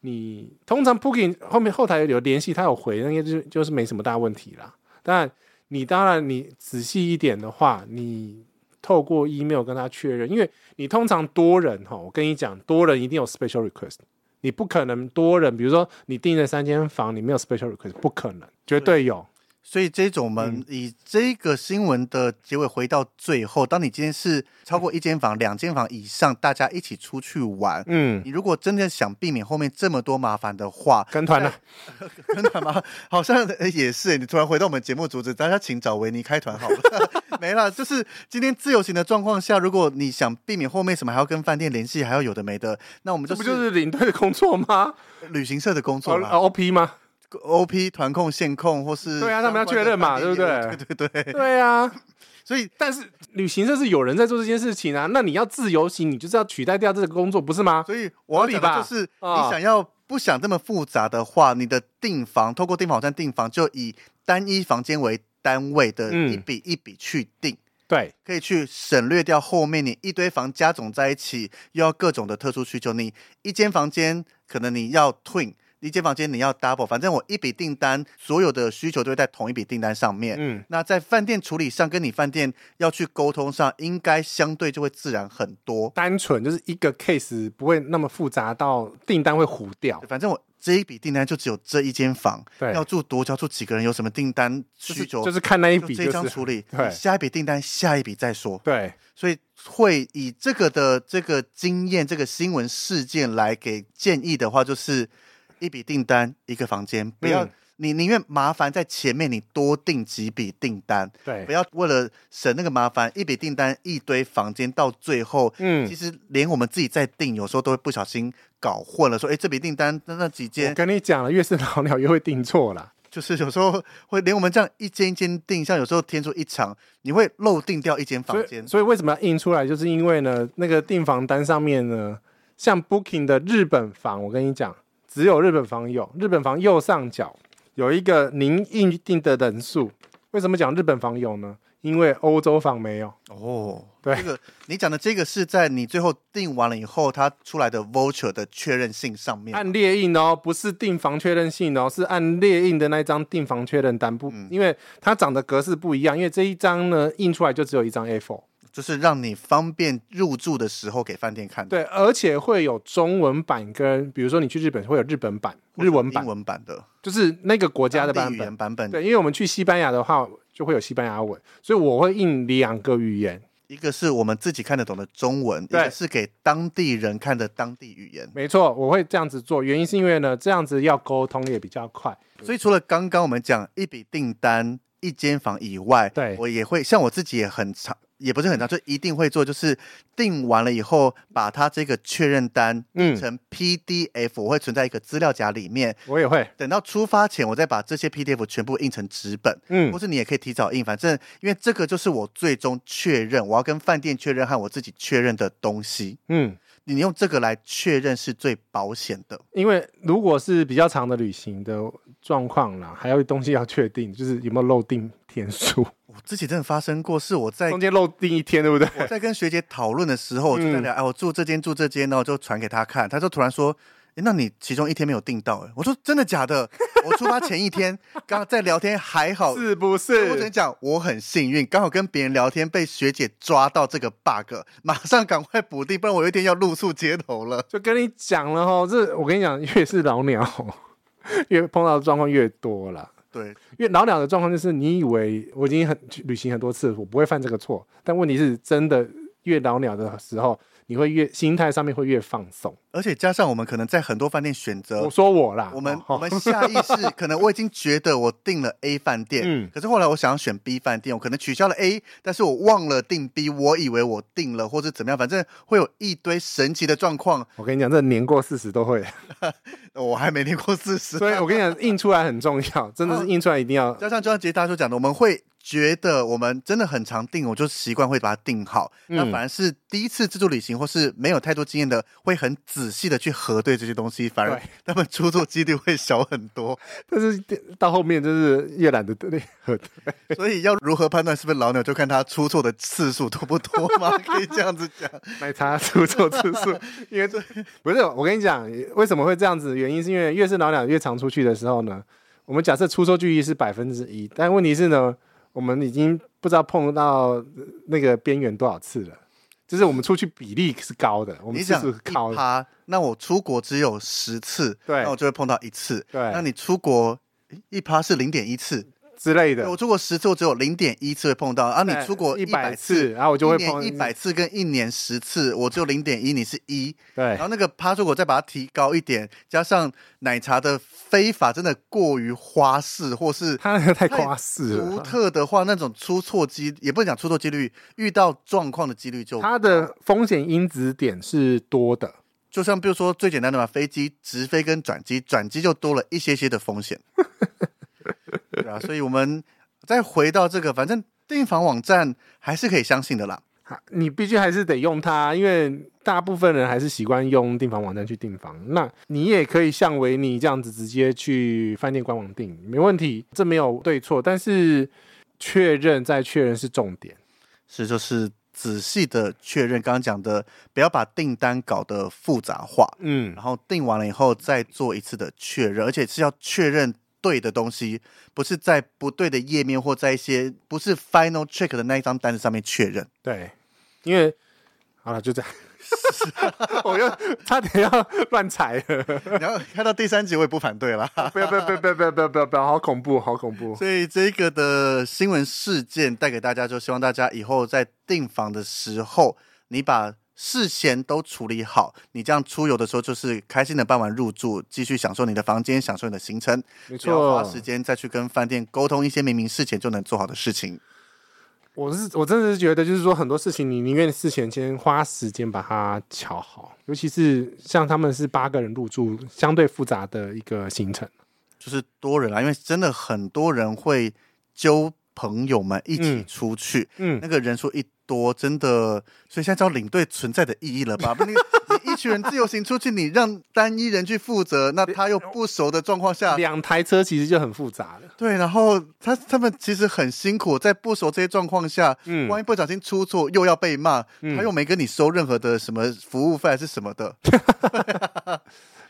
[SPEAKER 3] 你通常 Booking 后面后台有联系，他有回，那应该就是就是没什么大问题啦。但你当然你仔细一点的话，你透过 email 跟他确认，因为你通常多人哈，我跟你讲，多人一定有 special request，你不可能多人，比如说你订了三间房，你没有 special request，不可能，绝对有。
[SPEAKER 2] 所以这种我们以这个新闻的结尾回到最后，当你今天是超过一间房、两间房以上，大家一起出去玩，
[SPEAKER 3] 嗯，
[SPEAKER 2] 你如果真的想避免后面这么多麻烦的话，
[SPEAKER 3] 跟团
[SPEAKER 2] 啊
[SPEAKER 3] 了、
[SPEAKER 2] 真的吗？好像呃也是。你突然回到我们节目主旨，大家请找维尼开团好了。 没啦，就是今天自由行的状况下，如果你想避免后面什么还要跟饭店联系，还要有的没的，那我们
[SPEAKER 3] 这
[SPEAKER 2] 就
[SPEAKER 3] 不就是是领队的工作吗呃
[SPEAKER 2] 旅行社的工作啦
[SPEAKER 3] ？O P 吗？
[SPEAKER 2] ，OP 团控、线控或是
[SPEAKER 3] 对啊他们要确认嘛
[SPEAKER 2] 相关的饭
[SPEAKER 3] 对不
[SPEAKER 2] 店业务对对对，
[SPEAKER 3] 对啊，
[SPEAKER 2] 所以
[SPEAKER 3] 但是旅行社是有人在做这件事情啊，那你要自由行，你就是要取代掉这个工作，不是吗？
[SPEAKER 2] 所以我要讲的就是，
[SPEAKER 3] 合理吧啊
[SPEAKER 2] 你想要不想这么复杂的话，你的订房透过订房网站订房，就以单一房间为单位的
[SPEAKER 3] 嗯
[SPEAKER 2] 一笔一笔去订。
[SPEAKER 3] 对，
[SPEAKER 2] 可以去省略掉后面你一堆房加总在一起，又要各种的特殊需求。你一间房间可能你要 twin，一间房间你要 double，反正我一笔订单所有的需求都会在同一笔订单上面。
[SPEAKER 3] 嗯，
[SPEAKER 2] 那在饭店处理上，跟你饭店要去沟通上，应该相对就会自然很多。
[SPEAKER 3] 单纯就是一个 case 不会那么复杂到订单会糊掉，
[SPEAKER 2] 反正我这一笔订单就只有这一间房，
[SPEAKER 3] 对，
[SPEAKER 2] 要住多久，要住几个人，有什么订单
[SPEAKER 3] 就是
[SPEAKER 2] 需求，
[SPEAKER 3] 就是看那一笔
[SPEAKER 2] 就这一
[SPEAKER 3] 就
[SPEAKER 2] 张
[SPEAKER 3] 是
[SPEAKER 2] 处理，
[SPEAKER 3] 对
[SPEAKER 2] 下一笔订单下一笔再说。
[SPEAKER 3] 对，
[SPEAKER 2] 所以会以这个的这个经验、这个新闻事件来给建议的话，就是一笔订单一个房间，不要、
[SPEAKER 3] 嗯
[SPEAKER 2] 你宁愿麻烦在前面你多订几笔订单，
[SPEAKER 3] 对
[SPEAKER 2] 不，要为了省那个麻烦，一笔订单一堆房间，到最后。
[SPEAKER 3] 嗯
[SPEAKER 2] 其，实连我们自己在订，有时候都会不小心搞混了，说，哎，这笔订单那那几
[SPEAKER 3] 我
[SPEAKER 2] 间，
[SPEAKER 3] 跟你讲了，越是老鸟越会订错啦。
[SPEAKER 2] 就是有时候会连我们这样一间一间订，像有时候天数一长，你会漏订掉一间
[SPEAKER 3] 所
[SPEAKER 2] 房间
[SPEAKER 3] 以，。所以为什么要印出来？就是因为呢，那个订房单上面呢，像 Booking 的日本房，我跟你讲，只有日本房有。日本房右上角有一个您预定的人数。为什么讲日本房有呢？因为欧洲房没有。
[SPEAKER 2] 哦，
[SPEAKER 3] 对
[SPEAKER 2] 这个你讲的这个是在你最后订完了以后，它出来的 voucher 的确认信上面。
[SPEAKER 3] 按列印哦，不是订房确认信哦，是按列印的那一张订房确认单不，
[SPEAKER 2] 嗯
[SPEAKER 3] 因为它长的格式不一样，因为这一张呢印出来就只有一张 A4，
[SPEAKER 2] 就是让你方便入住的时候给饭店看的，
[SPEAKER 3] 对，而且会有中文版跟，比如说你去日本会有日本版、
[SPEAKER 2] 或者
[SPEAKER 3] 日文版
[SPEAKER 2] 英，文版的、
[SPEAKER 3] 就是那个国家的
[SPEAKER 2] 当
[SPEAKER 3] 版
[SPEAKER 2] 地语
[SPEAKER 3] 本
[SPEAKER 2] 言。版本，
[SPEAKER 3] 对，因为我们去西班牙的话，就会有西班牙文，所以我会印两个语言。
[SPEAKER 2] 一个是我们自己看得懂的中文，一
[SPEAKER 3] 对
[SPEAKER 2] 个是给当地人看的当地语言。
[SPEAKER 3] 没错，我会这样子做，原因是因为呢，这样子要沟通也比较快。
[SPEAKER 2] 所以除了刚刚我们讲一笔订单一间房以外，
[SPEAKER 3] 对嗯
[SPEAKER 2] 我也会像我自己也很常，也不是很常，就一定会做，就是订完了以后，把它这个确认单
[SPEAKER 3] 嗯
[SPEAKER 2] 印成 PDF，、我会存在一个资料夹里面。
[SPEAKER 3] 我也会，
[SPEAKER 2] 等到出发前，我再把这些 PDF 全部印成纸本，
[SPEAKER 3] 嗯
[SPEAKER 2] 或，是你也可以提早印，反正因为这个就是我最终确认，我要跟饭店确认和我自己确认的东西。
[SPEAKER 3] 嗯，
[SPEAKER 2] 你用这个来确认是最保险的。
[SPEAKER 3] 因为如果是比较长的旅行的状况啦，还有东西要确定，就是有没有漏订天数，
[SPEAKER 2] 我自己真的发生过，是我在
[SPEAKER 3] 中间漏订一天，对不对？
[SPEAKER 2] 我在跟学姐讨论的时候，我
[SPEAKER 3] 嗯
[SPEAKER 2] 就在聊，哎，我住这间住这间，然后我就传给她看，她就突然说。诶那你其中一天没有订到、诶我说真的假的？我出发前一天刚在聊天，还好。
[SPEAKER 3] 是不
[SPEAKER 2] 哦我只能
[SPEAKER 3] 是？
[SPEAKER 2] 讲我很幸运，刚好跟别人聊天被学姐抓到这个 bug，马上赶快补丁，不然我有一天要露宿街头了。
[SPEAKER 3] 就跟你讲了哈，这我跟你讲，越是老鸟，越碰到的状况越多了。
[SPEAKER 2] 对，
[SPEAKER 3] 因为老鸟的状况就是，你以为我已经很去旅行很多次，我不会犯这个错，但问题是真的越老鸟的时候，你会越心态上面会越放松。
[SPEAKER 2] 而且加上我们可能在很多饭店选择
[SPEAKER 3] 我，说我啦，
[SPEAKER 2] 呃我们我
[SPEAKER 3] 哦
[SPEAKER 2] 们下意 识可能我已经觉得我订了 A 饭店，
[SPEAKER 3] 嗯
[SPEAKER 2] 可是后来我想要选 B 饭店，我可能取消了 A，但是我忘了订 B，我以为我订了或者怎么样，反正会有一堆神奇的状况，
[SPEAKER 3] 我跟你讲，这年过四十 都会，
[SPEAKER 2] 我还没听过事实。
[SPEAKER 3] 所以我跟你讲，印出来很重要，真的是印出来一定 要
[SPEAKER 2] 加上就像杰大叔讲的，我们会觉得我们真的很常订，我就习惯会把它订好。
[SPEAKER 3] 嗯
[SPEAKER 2] 那反而是第一次自助旅行或是没有太多经验的，会很仔细的去核对这些东西，反而
[SPEAKER 3] 对
[SPEAKER 2] 他们出错几率会小很多。
[SPEAKER 3] 但是到后面就是越懒得对，
[SPEAKER 2] 所以要如何判断是不是老鸟，就看他出错的次数多不多嘛，可以这样子讲。
[SPEAKER 3] 奶茶出错次 数，因为这不是我跟你讲，为什么会这样子？原因是因为越是老鸟越常出去的时候呢，我们假设出错距离是百分之一，但问题是呢，我们已经不知道碰到那个边缘多少次了。就是我们出去比例是高的，我们
[SPEAKER 2] 你
[SPEAKER 3] 次
[SPEAKER 2] 讲
[SPEAKER 3] 数是高
[SPEAKER 2] 一
[SPEAKER 3] 的，
[SPEAKER 2] 趴，那我出国只有十次，
[SPEAKER 3] 对
[SPEAKER 2] 那我就会碰到一次。
[SPEAKER 3] 对
[SPEAKER 2] 那你出国诶一趴是零点一次，
[SPEAKER 3] 之类
[SPEAKER 2] 对
[SPEAKER 3] 的
[SPEAKER 2] 我。出国十次，我只有零点一次会碰到。啊，你
[SPEAKER 3] 对
[SPEAKER 2] 出国
[SPEAKER 3] 100
[SPEAKER 2] 百
[SPEAKER 3] 次然后我就会碰
[SPEAKER 2] 一百次跟一年十次，我只有零点一，你是一。
[SPEAKER 3] 对
[SPEAKER 2] 然，后那个趴如果再把它提高一点，加上奶茶的非法真的过于花式或是
[SPEAKER 3] 他那个太夸饰
[SPEAKER 2] 独
[SPEAKER 3] 了。
[SPEAKER 2] 特的话，那种出错机也不能讲出错几率，遇到状况的几率就
[SPEAKER 3] 它的风险因子点是多的，
[SPEAKER 2] 就像比如说最简单的嘛，飞机直飞跟转机，转机就多了一些些的风险。对啊，所以我们再回到这个，反正订房网站还是可以相信的啦。
[SPEAKER 3] 啊你必须还是得用它，因为大部分人还是习惯用订房网站去订房。那你也可以像维尼这样子直接去饭店官网订，没问题，这没有对错，但是确认再确认是重点。
[SPEAKER 2] 是就是仔细的确认刚刚讲的，不要把订单搞得复杂化，
[SPEAKER 3] 嗯
[SPEAKER 2] 然后订完了以后再做一次的确认，而且是要确认对的东西，不是在不对的页面或在一些不是 final check 的那一张单子上面确认。
[SPEAKER 3] 对，因为好了，就这样。 我又差点要乱踩了，
[SPEAKER 2] 然后看到第三集我也不反对啦。
[SPEAKER 3] 不要不要不要不要不要不要不要不要，好恐怖，好恐怖。
[SPEAKER 2] 所以这个的新闻事件带给大家，就希望大家以后在订房的时候，你把事先都处理好，你这样出游的时候就是开心的办完入住，继续享受你的房间，享受你的行程，
[SPEAKER 3] 没
[SPEAKER 2] 不要
[SPEAKER 3] 错
[SPEAKER 2] 花，时间再去跟饭店沟通一些明明事前就能做好的事情。
[SPEAKER 3] 我是我真的是觉得，就是说很多事情，你宁愿事前先花时间把它瞧好，尤其是像他们是八个人入住，相对复杂的一个行程。
[SPEAKER 2] 就是多人啦，因为真的很多人会揪朋友们一起
[SPEAKER 3] 嗯
[SPEAKER 2] 出去，
[SPEAKER 3] 嗯
[SPEAKER 2] 那，个人数一多，真的，所以现在知道领队存在的意义了吧？不然你，你一群人自由行出去，你让单一人去负责，那他又不熟的状况下，
[SPEAKER 3] 两台车其实就很复杂了。
[SPEAKER 2] 对，然后他他们其实很辛苦，在不熟这些状况下，
[SPEAKER 3] 嗯
[SPEAKER 2] 万一不小心出错又要被骂，
[SPEAKER 3] 嗯
[SPEAKER 2] 他又没跟你收任何的什么服务费还是什么的，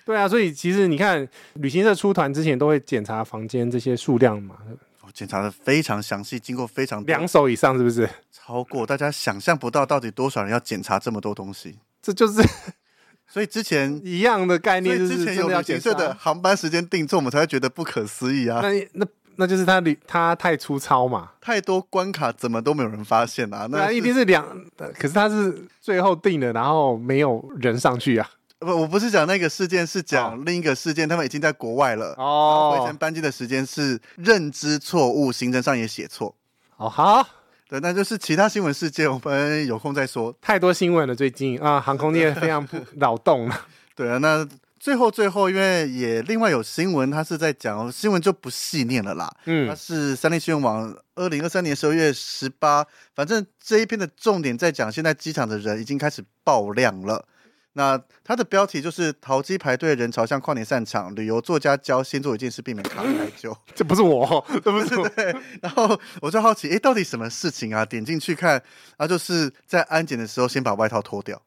[SPEAKER 3] 对啊，所以其实你看，旅行社出团之前都会检查房间这些数量嘛，
[SPEAKER 2] 我检查的非常详细，经过非常多
[SPEAKER 3] 两手以上是不是？
[SPEAKER 2] 超过大家想象不到，到底多少人要检查这么多东西，
[SPEAKER 3] 这就是
[SPEAKER 2] 所以之前。
[SPEAKER 3] 一样的概
[SPEAKER 2] 所
[SPEAKER 3] 念，
[SPEAKER 2] 以
[SPEAKER 3] 就是
[SPEAKER 2] 之前有
[SPEAKER 3] 真的要
[SPEAKER 2] 旅行
[SPEAKER 3] 检
[SPEAKER 2] 社
[SPEAKER 3] 测
[SPEAKER 2] 的。航班时间定错，我们才会觉得不可思议啊！
[SPEAKER 3] 那那那就是他旅他太粗糙嘛，
[SPEAKER 2] 太多关卡怎么都没有人发现啊？
[SPEAKER 3] 对
[SPEAKER 2] 那
[SPEAKER 3] 啊，一定
[SPEAKER 2] 是
[SPEAKER 3] 是两，可是他是最后定的，然后没有人上去啊。
[SPEAKER 2] 不，我不是讲那个事件，是讲另一个事件，他们已经在国外了。
[SPEAKER 3] 哦
[SPEAKER 2] 回程班机的时间是认知错误，行程上也写错。
[SPEAKER 3] 哦，好，
[SPEAKER 2] 对，那就是其他新闻事件，我们有空再说。
[SPEAKER 3] 太多新闻了，最近啊、航空业非常不扰 动了。
[SPEAKER 2] 对啊，那最后最后，因为也另外有新闻，它是在讲新闻就不细念了啦。它
[SPEAKER 3] 嗯，
[SPEAKER 2] 是三立新闻网二零二三年十二月十八，反正这一篇的重点在讲，现在机场的人已经开始爆量了。那它的标题就是“淘机排队人潮向跨年散场，旅游作家教先做一件事避免卡太 久
[SPEAKER 3] 这不是我，这不是我。”。
[SPEAKER 2] 然后我就好奇，诶，到底什么事情啊？点进去看，然后就是在安检的时候先把外套脱掉。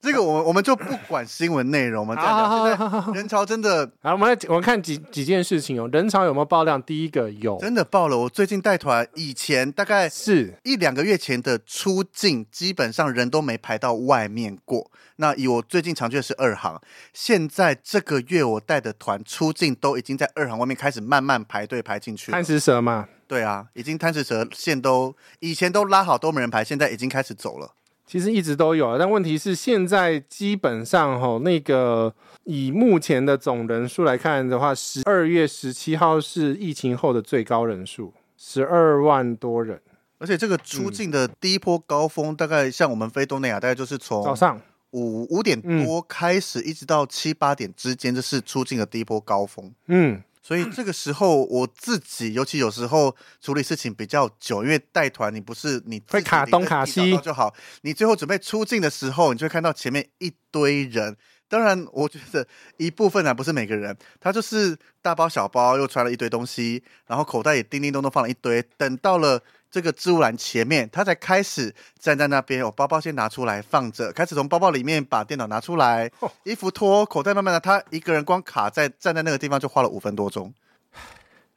[SPEAKER 2] 这个我们我们就不管新闻内容，我们再
[SPEAKER 3] 好好
[SPEAKER 2] 聊。
[SPEAKER 3] 好
[SPEAKER 2] 现
[SPEAKER 3] 好好好
[SPEAKER 2] 在人潮真的
[SPEAKER 3] 好，我们来我们看几几件事情哦。人潮有没有爆量？第一个有，
[SPEAKER 2] 真的爆了。我最近带团，以前大概
[SPEAKER 3] 是
[SPEAKER 2] 一两个月前的出境，基本上人都没排到外面过。那以我最近常去的是二航，现在这个月我带的团出境都已经在二航外面开始慢慢排队排进去了
[SPEAKER 3] 贪食蛇嘛？
[SPEAKER 2] 对啊，已经贪食蛇线都以前都拉好都没人排，现在已经开始走了。
[SPEAKER 3] 其实一直都有啊，但问题是现在基本上吼、那个以目前的总人数来看的话，十二月十七号是疫情后的最高人数，十二万多人。
[SPEAKER 2] 而且这个
[SPEAKER 3] 嗯
[SPEAKER 2] 出境的第一波高峰，大概像我们飞东南亚，大概就是
[SPEAKER 3] 早
[SPEAKER 2] 从
[SPEAKER 3] 上，嗯
[SPEAKER 2] 五五点多开始，一直到七八点之间，这是出境的第一波高峰。
[SPEAKER 3] 嗯，
[SPEAKER 2] 所以这个时候我自己，尤其有时候处理事情比较久，因为带团你不是你自己
[SPEAKER 3] 会卡东卡西
[SPEAKER 2] 你在地找到就好，你最后准备出境的时候，你就会看到前面一堆人。当然，我觉得一部分啊，不是每个人，他就是大包小包又揣了一堆东西，然后口袋也叮叮咚咚放了一堆。等到了这个置物篮前面，他才开始站在那边，我包包先拿出来放着，开始从包包里面把电脑拿出来，衣服脱，口袋慢慢的，他一个人光卡在站在那个地方就花了五分多钟。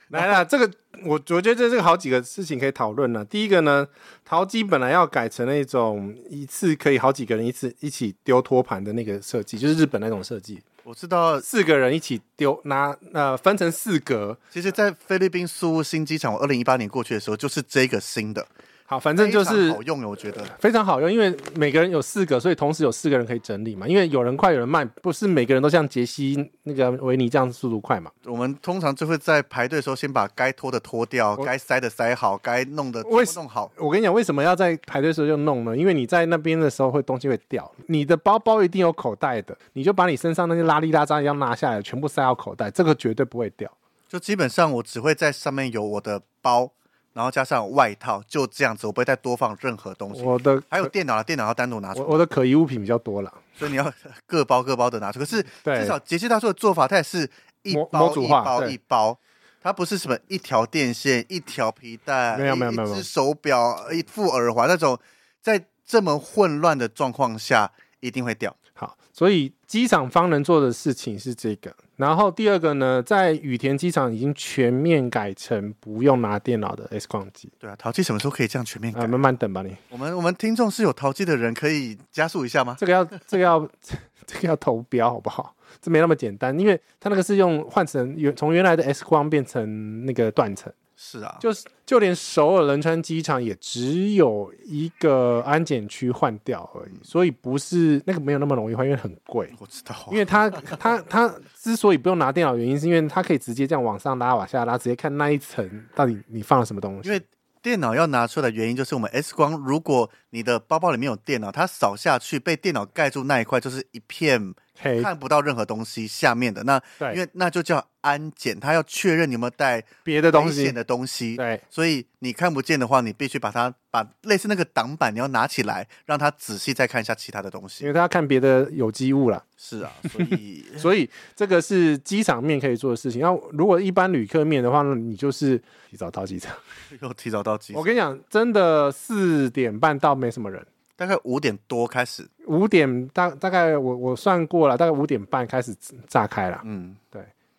[SPEAKER 3] 来了，这个我我觉得这是好几个事情可以讨论了。第一个呢，淘机本来要改成那种一次可以好几个人一次一起丢托盘的那个设计，就是日本那种设计，
[SPEAKER 2] 我知道，
[SPEAKER 3] 四个人一起丢拿呃分成四格，
[SPEAKER 2] 其实，在菲律宾苏务新机场，我二零一八年过去的时候，就是这个新的，
[SPEAKER 3] 好，反正就
[SPEAKER 2] 非
[SPEAKER 3] 是
[SPEAKER 2] 常好用的，我觉得。
[SPEAKER 3] 非常好用，因为每个人有四个，所以同时有四个人可以整理嘛。因为有人快，有人慢，不是每个人都像杰西那个维尼这样速度快嘛。
[SPEAKER 2] 我们通常就会在排队的时候，先把该脱的脱掉，该塞的塞好，该弄的
[SPEAKER 3] 为
[SPEAKER 2] 全部弄好。
[SPEAKER 3] 我跟你讲，为什么要在排队的时候就弄呢？因为你在那边的时候会东西会掉，你的包包一定有口袋的，你就把你身上那些拉里拉扎要拿下来，全部塞到口袋，这个绝对不会掉。
[SPEAKER 2] 就基本上我只会在上面有我的包，然后加上外套，就这样子，我不会再多放任何东西。
[SPEAKER 3] 我的
[SPEAKER 2] 还有电脑啊，电脑要单独拿出
[SPEAKER 3] 我
[SPEAKER 2] 来，
[SPEAKER 3] 我的可疑物品比较多了，
[SPEAKER 2] 所以你要 各包各包的拿出。可是
[SPEAKER 3] 对
[SPEAKER 2] 至少杰西大叔的做法，他也是一
[SPEAKER 3] 模模
[SPEAKER 2] 包
[SPEAKER 3] 组
[SPEAKER 2] 一
[SPEAKER 3] 化
[SPEAKER 2] 包
[SPEAKER 3] 对
[SPEAKER 2] 一包，它不是什么一条电线、一条皮带、
[SPEAKER 3] 没有没有
[SPEAKER 2] 一
[SPEAKER 3] 没有
[SPEAKER 2] 一
[SPEAKER 3] 没有
[SPEAKER 2] 只手表、一副耳环那种，在这么混乱的状况下，一定会掉。
[SPEAKER 3] 好，所以机场方能做的事情是这个。然后第二个呢，在羽田机场已经全面改成不用拿电脑的 X 光机。
[SPEAKER 2] 对啊，淘气什么时候可以这样全面
[SPEAKER 3] 啊、
[SPEAKER 2] 改？
[SPEAKER 3] 慢慢等吧你，
[SPEAKER 2] 我们我们听众是有淘气的人，可以加速一下吗？
[SPEAKER 3] 这个要这个要 这个要投标好不好？这没那么简单，因为它那个是用换成原从原来的 X 光变成那个断层，
[SPEAKER 2] 是啊，
[SPEAKER 3] 就是就连首尔仁川机场也只有一个安检区换掉而已，所以不是那个没有那么容易换，因为很贵。
[SPEAKER 2] 我知道啊、
[SPEAKER 3] 因为它它它之所以不用拿电脑，原因是因为它可以直接这样往上拉、往下拉，直接看那一层到底你放了什么东西。
[SPEAKER 2] 因为电脑要拿出来的原因就是我们 X 光，如果你的包包里面有电脑，它扫下去被电脑盖住那一块就是一片
[SPEAKER 3] 黑
[SPEAKER 2] 看不到任何东西下面的那，因
[SPEAKER 3] 对
[SPEAKER 2] 为那就叫安检，它要确认你有没有带
[SPEAKER 3] 别的东
[SPEAKER 2] 危
[SPEAKER 3] 西
[SPEAKER 2] 险，的东西。
[SPEAKER 3] 对
[SPEAKER 2] 所以你看不见的话，你必须把它把类似那个挡板，你要拿起来，让它仔细再看一下其他的东
[SPEAKER 3] 因
[SPEAKER 2] 西。
[SPEAKER 3] 为它要看别的有机物啦。
[SPEAKER 2] 是啊，所 以
[SPEAKER 3] 所以这个是机场面可以做的事情。那如果一般旅客面的话呢，你就是提早到机场。
[SPEAKER 2] 又提早到机
[SPEAKER 3] 我，跟你讲，真的四点半到没什么人，
[SPEAKER 2] 大概五点多开始，
[SPEAKER 3] 五点大大概我我算过了，大概五点半开始炸开了，
[SPEAKER 2] 嗯，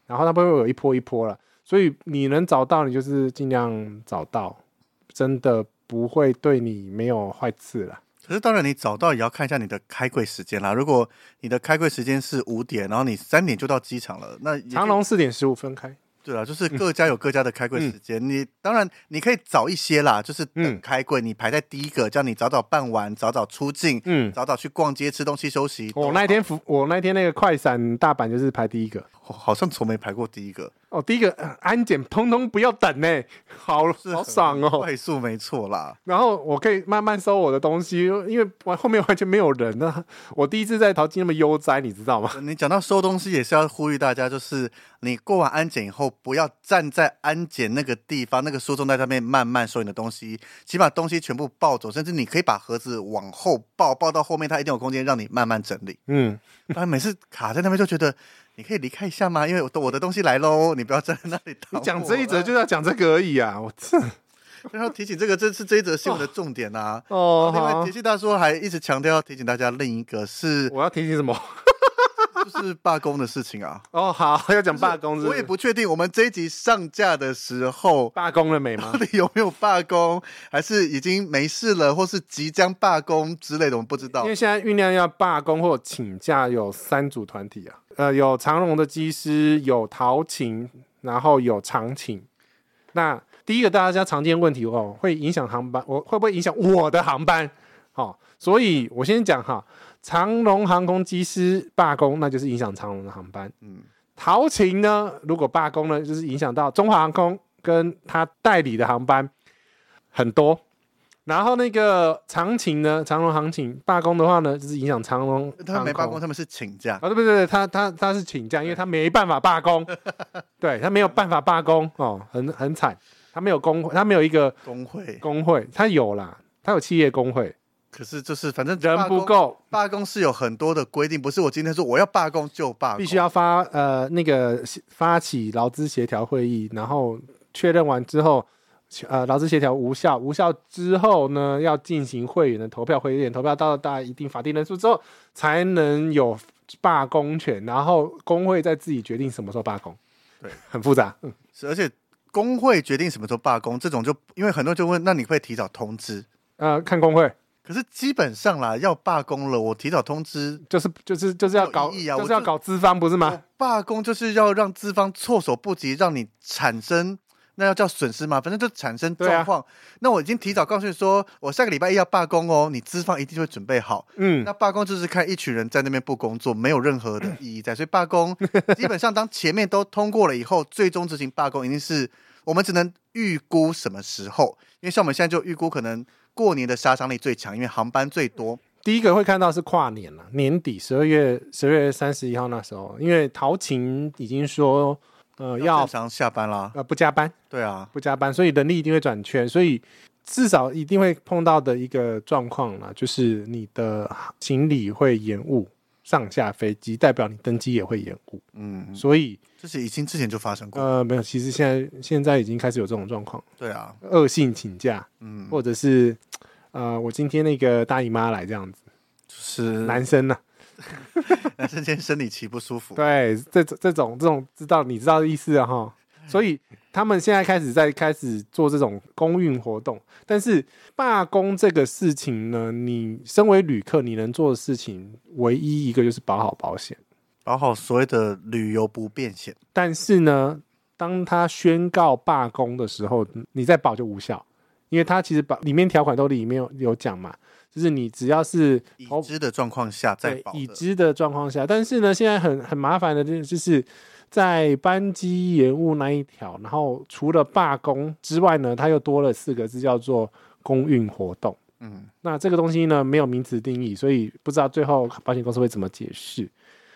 [SPEAKER 3] 然后那边会有一波一波了，所以你能找到你就是尽量找到，真的不会对你没有坏处了。
[SPEAKER 2] 可是当然，你找到也要看一下你的开柜时间啦。如果你的开柜时间是五点，然后你三点就到机场了，那也就
[SPEAKER 3] 长龙四点十五分开，
[SPEAKER 2] 对啊，
[SPEAKER 3] 嗯
[SPEAKER 2] 就是各家有各家的开柜时间。你当然你可以早一些啦，就是
[SPEAKER 3] 嗯
[SPEAKER 2] 等开柜，你排在第一个，这样你早早办完，早早出境，
[SPEAKER 3] 嗯。
[SPEAKER 2] 早早去逛街、吃东西、休息。
[SPEAKER 3] 我那天服，我那天那个快闪大阪就是排第一个
[SPEAKER 2] 我好像从没排过第一个，
[SPEAKER 3] 哦，第一个呃安检通通不要等呢、好
[SPEAKER 2] 是
[SPEAKER 3] 好
[SPEAKER 2] 很
[SPEAKER 3] 爽哦，
[SPEAKER 2] 快速没错啦。
[SPEAKER 3] 然后我可以慢慢收我的东西，因为完后面完全没有人啊。我第一次在淘金那么悠哉，你知道吗？
[SPEAKER 2] 你讲到收东西，也是要呼吁大家，就是你过完安检以后，不要站在安检那个地方那个书中在上面慢慢收你的东西，请把东西全部抱走，甚至你可以把盒子往后抱，抱到后面它一定有空间让你慢慢整理。
[SPEAKER 3] 嗯，
[SPEAKER 2] 不然每次卡在那边就觉得，你可以离开一下吗？因为我的我的东西来喽，你不要站在那里挡我啊
[SPEAKER 3] 你
[SPEAKER 2] 了。
[SPEAKER 3] 讲这一则就是要讲这个而已啊。我这
[SPEAKER 2] 然后提醒这个，这是这一则新闻的重点啊。
[SPEAKER 3] 哦，
[SPEAKER 2] 另
[SPEAKER 3] 好
[SPEAKER 2] 外，杰西大叔还一直强调要提醒大家，另一个 是
[SPEAKER 3] 我要提醒什么？
[SPEAKER 2] 就是罢工的事情啊。
[SPEAKER 3] 哦，好，要讲罢工是
[SPEAKER 2] 我
[SPEAKER 3] 不
[SPEAKER 2] 也
[SPEAKER 3] 是
[SPEAKER 2] 不确定我们这一集上架的时候
[SPEAKER 3] 罢工了没
[SPEAKER 2] 到
[SPEAKER 3] 吗？
[SPEAKER 2] 底有没有罢工，还是已经没事了，或是即将罢工之类的，我们不知道
[SPEAKER 3] 因为。现在酝酿要罢工或请假有三组团体啊，呃，有长荣的机师，有陶勤，然后有长勤。那第一个大家常见问题哦，会影响航班，我会不会影响我的航班？好、所以我先讲哈，长龙航空机师罢工，那就是影响长龙的航班。
[SPEAKER 2] 嗯，
[SPEAKER 3] 陶勤呢，如果罢工呢，就是影响到中华航空跟他代理的航班很多。然后那个长勤呢，长龙航勤罢工的话呢，就是影响长龙航空。
[SPEAKER 2] 他们没罢工，他们是请假。
[SPEAKER 3] 啊，对不对？他他他是请假，因为他没办法罢工，对 他没有办法罢工哦，很很惨，他没有工会，他没有一个
[SPEAKER 2] 工会，
[SPEAKER 3] 工会，他有啦，他有企业工会，
[SPEAKER 2] 可是就是反正
[SPEAKER 3] 人
[SPEAKER 2] 罢工
[SPEAKER 3] 不，够，
[SPEAKER 2] 罢工是有很多的规定，不是我今天说我要罢工就罢工，
[SPEAKER 3] 必须要发呃那个发起劳资协调会议，然后确认完之后，呃劳资协调无效，无效之后呢，要进行会员的投票，会员投票到达一定法定人数之后，才能有罢工权，然后工会再自己决定什么时候罢工，
[SPEAKER 2] 对，
[SPEAKER 3] 很复杂，
[SPEAKER 2] 是，而且工会决定什么时候罢工，这种就因为很多人就问，那你会提早通知？
[SPEAKER 3] 呃，看工会
[SPEAKER 2] 可是基本上啦，要罢工了，我提早通知，
[SPEAKER 3] 就是就是就是要搞、
[SPEAKER 2] 没有意义啊
[SPEAKER 3] 就是
[SPEAKER 2] 我
[SPEAKER 3] 要
[SPEAKER 2] 就
[SPEAKER 3] 搞资方不是吗
[SPEAKER 2] 我？罢工就是要让资方措手不及，让你产生。那要叫损失嘛，反正就产生
[SPEAKER 3] 对啊
[SPEAKER 2] 状况。那我已经提早告诉你说，我下个礼拜一要罢工哦，你资方一定会准备好。
[SPEAKER 3] 嗯
[SPEAKER 2] 那，罢工就是看一群人在那边不工作，没有任何的意义在。所以罢 工基本上，当前面都通过了以后，最终执行罢工一定是我们只能预估什么时候，因为像我们现在就预估可能过年的杀伤力最强，因为航班最多。
[SPEAKER 3] 第一个会看到是跨年了、年底十二月十二月三十一号那时候，因为陶晴已经说呃要
[SPEAKER 2] 正常下班啦，
[SPEAKER 3] 呃不加班
[SPEAKER 2] 对啊，
[SPEAKER 3] 不加班，所以人力一定会转圈，所以至少一定会碰到的一个状况啦，就是你的行李会延误上下飞机，代表你登机也会延误，
[SPEAKER 2] 嗯，
[SPEAKER 3] 所以
[SPEAKER 2] 这是已经之前就发生过，
[SPEAKER 3] 呃没有，其实现在现在已经开始有这种状况，
[SPEAKER 2] 对啊，
[SPEAKER 3] 恶性请假。
[SPEAKER 2] 嗯，
[SPEAKER 3] 或者是呃，我今天那个大姨妈来这样子，
[SPEAKER 2] 是
[SPEAKER 3] 男生啊呢、
[SPEAKER 2] 男生间生理期不舒 服，
[SPEAKER 3] 对，这种这种这种知道你知道的意思了哈。所以他们现在开始在开始做这种公运活动，但是罢工这个事情呢，你身为旅客，你能做的事情唯一一个就是保好保险。
[SPEAKER 2] 搞好所谓的旅游不便险，
[SPEAKER 3] 但是呢，当他宣告罢工的时候，你再保就无效，因为他其实把里面条款都里面有有讲嘛，就是你只要是
[SPEAKER 2] 已
[SPEAKER 3] 投
[SPEAKER 2] 知的状况下再
[SPEAKER 3] 对
[SPEAKER 2] 保
[SPEAKER 3] 已
[SPEAKER 2] 的
[SPEAKER 3] 知的状况下，但是呢，现在很很麻烦的就是，就是在班机延误那一条，然后除了罢工之外呢，它又多了四个字叫做公运活动。
[SPEAKER 2] 嗯，
[SPEAKER 3] 那这个东西呢，没有名词定义，所以不知道最后保险公司会怎么解释。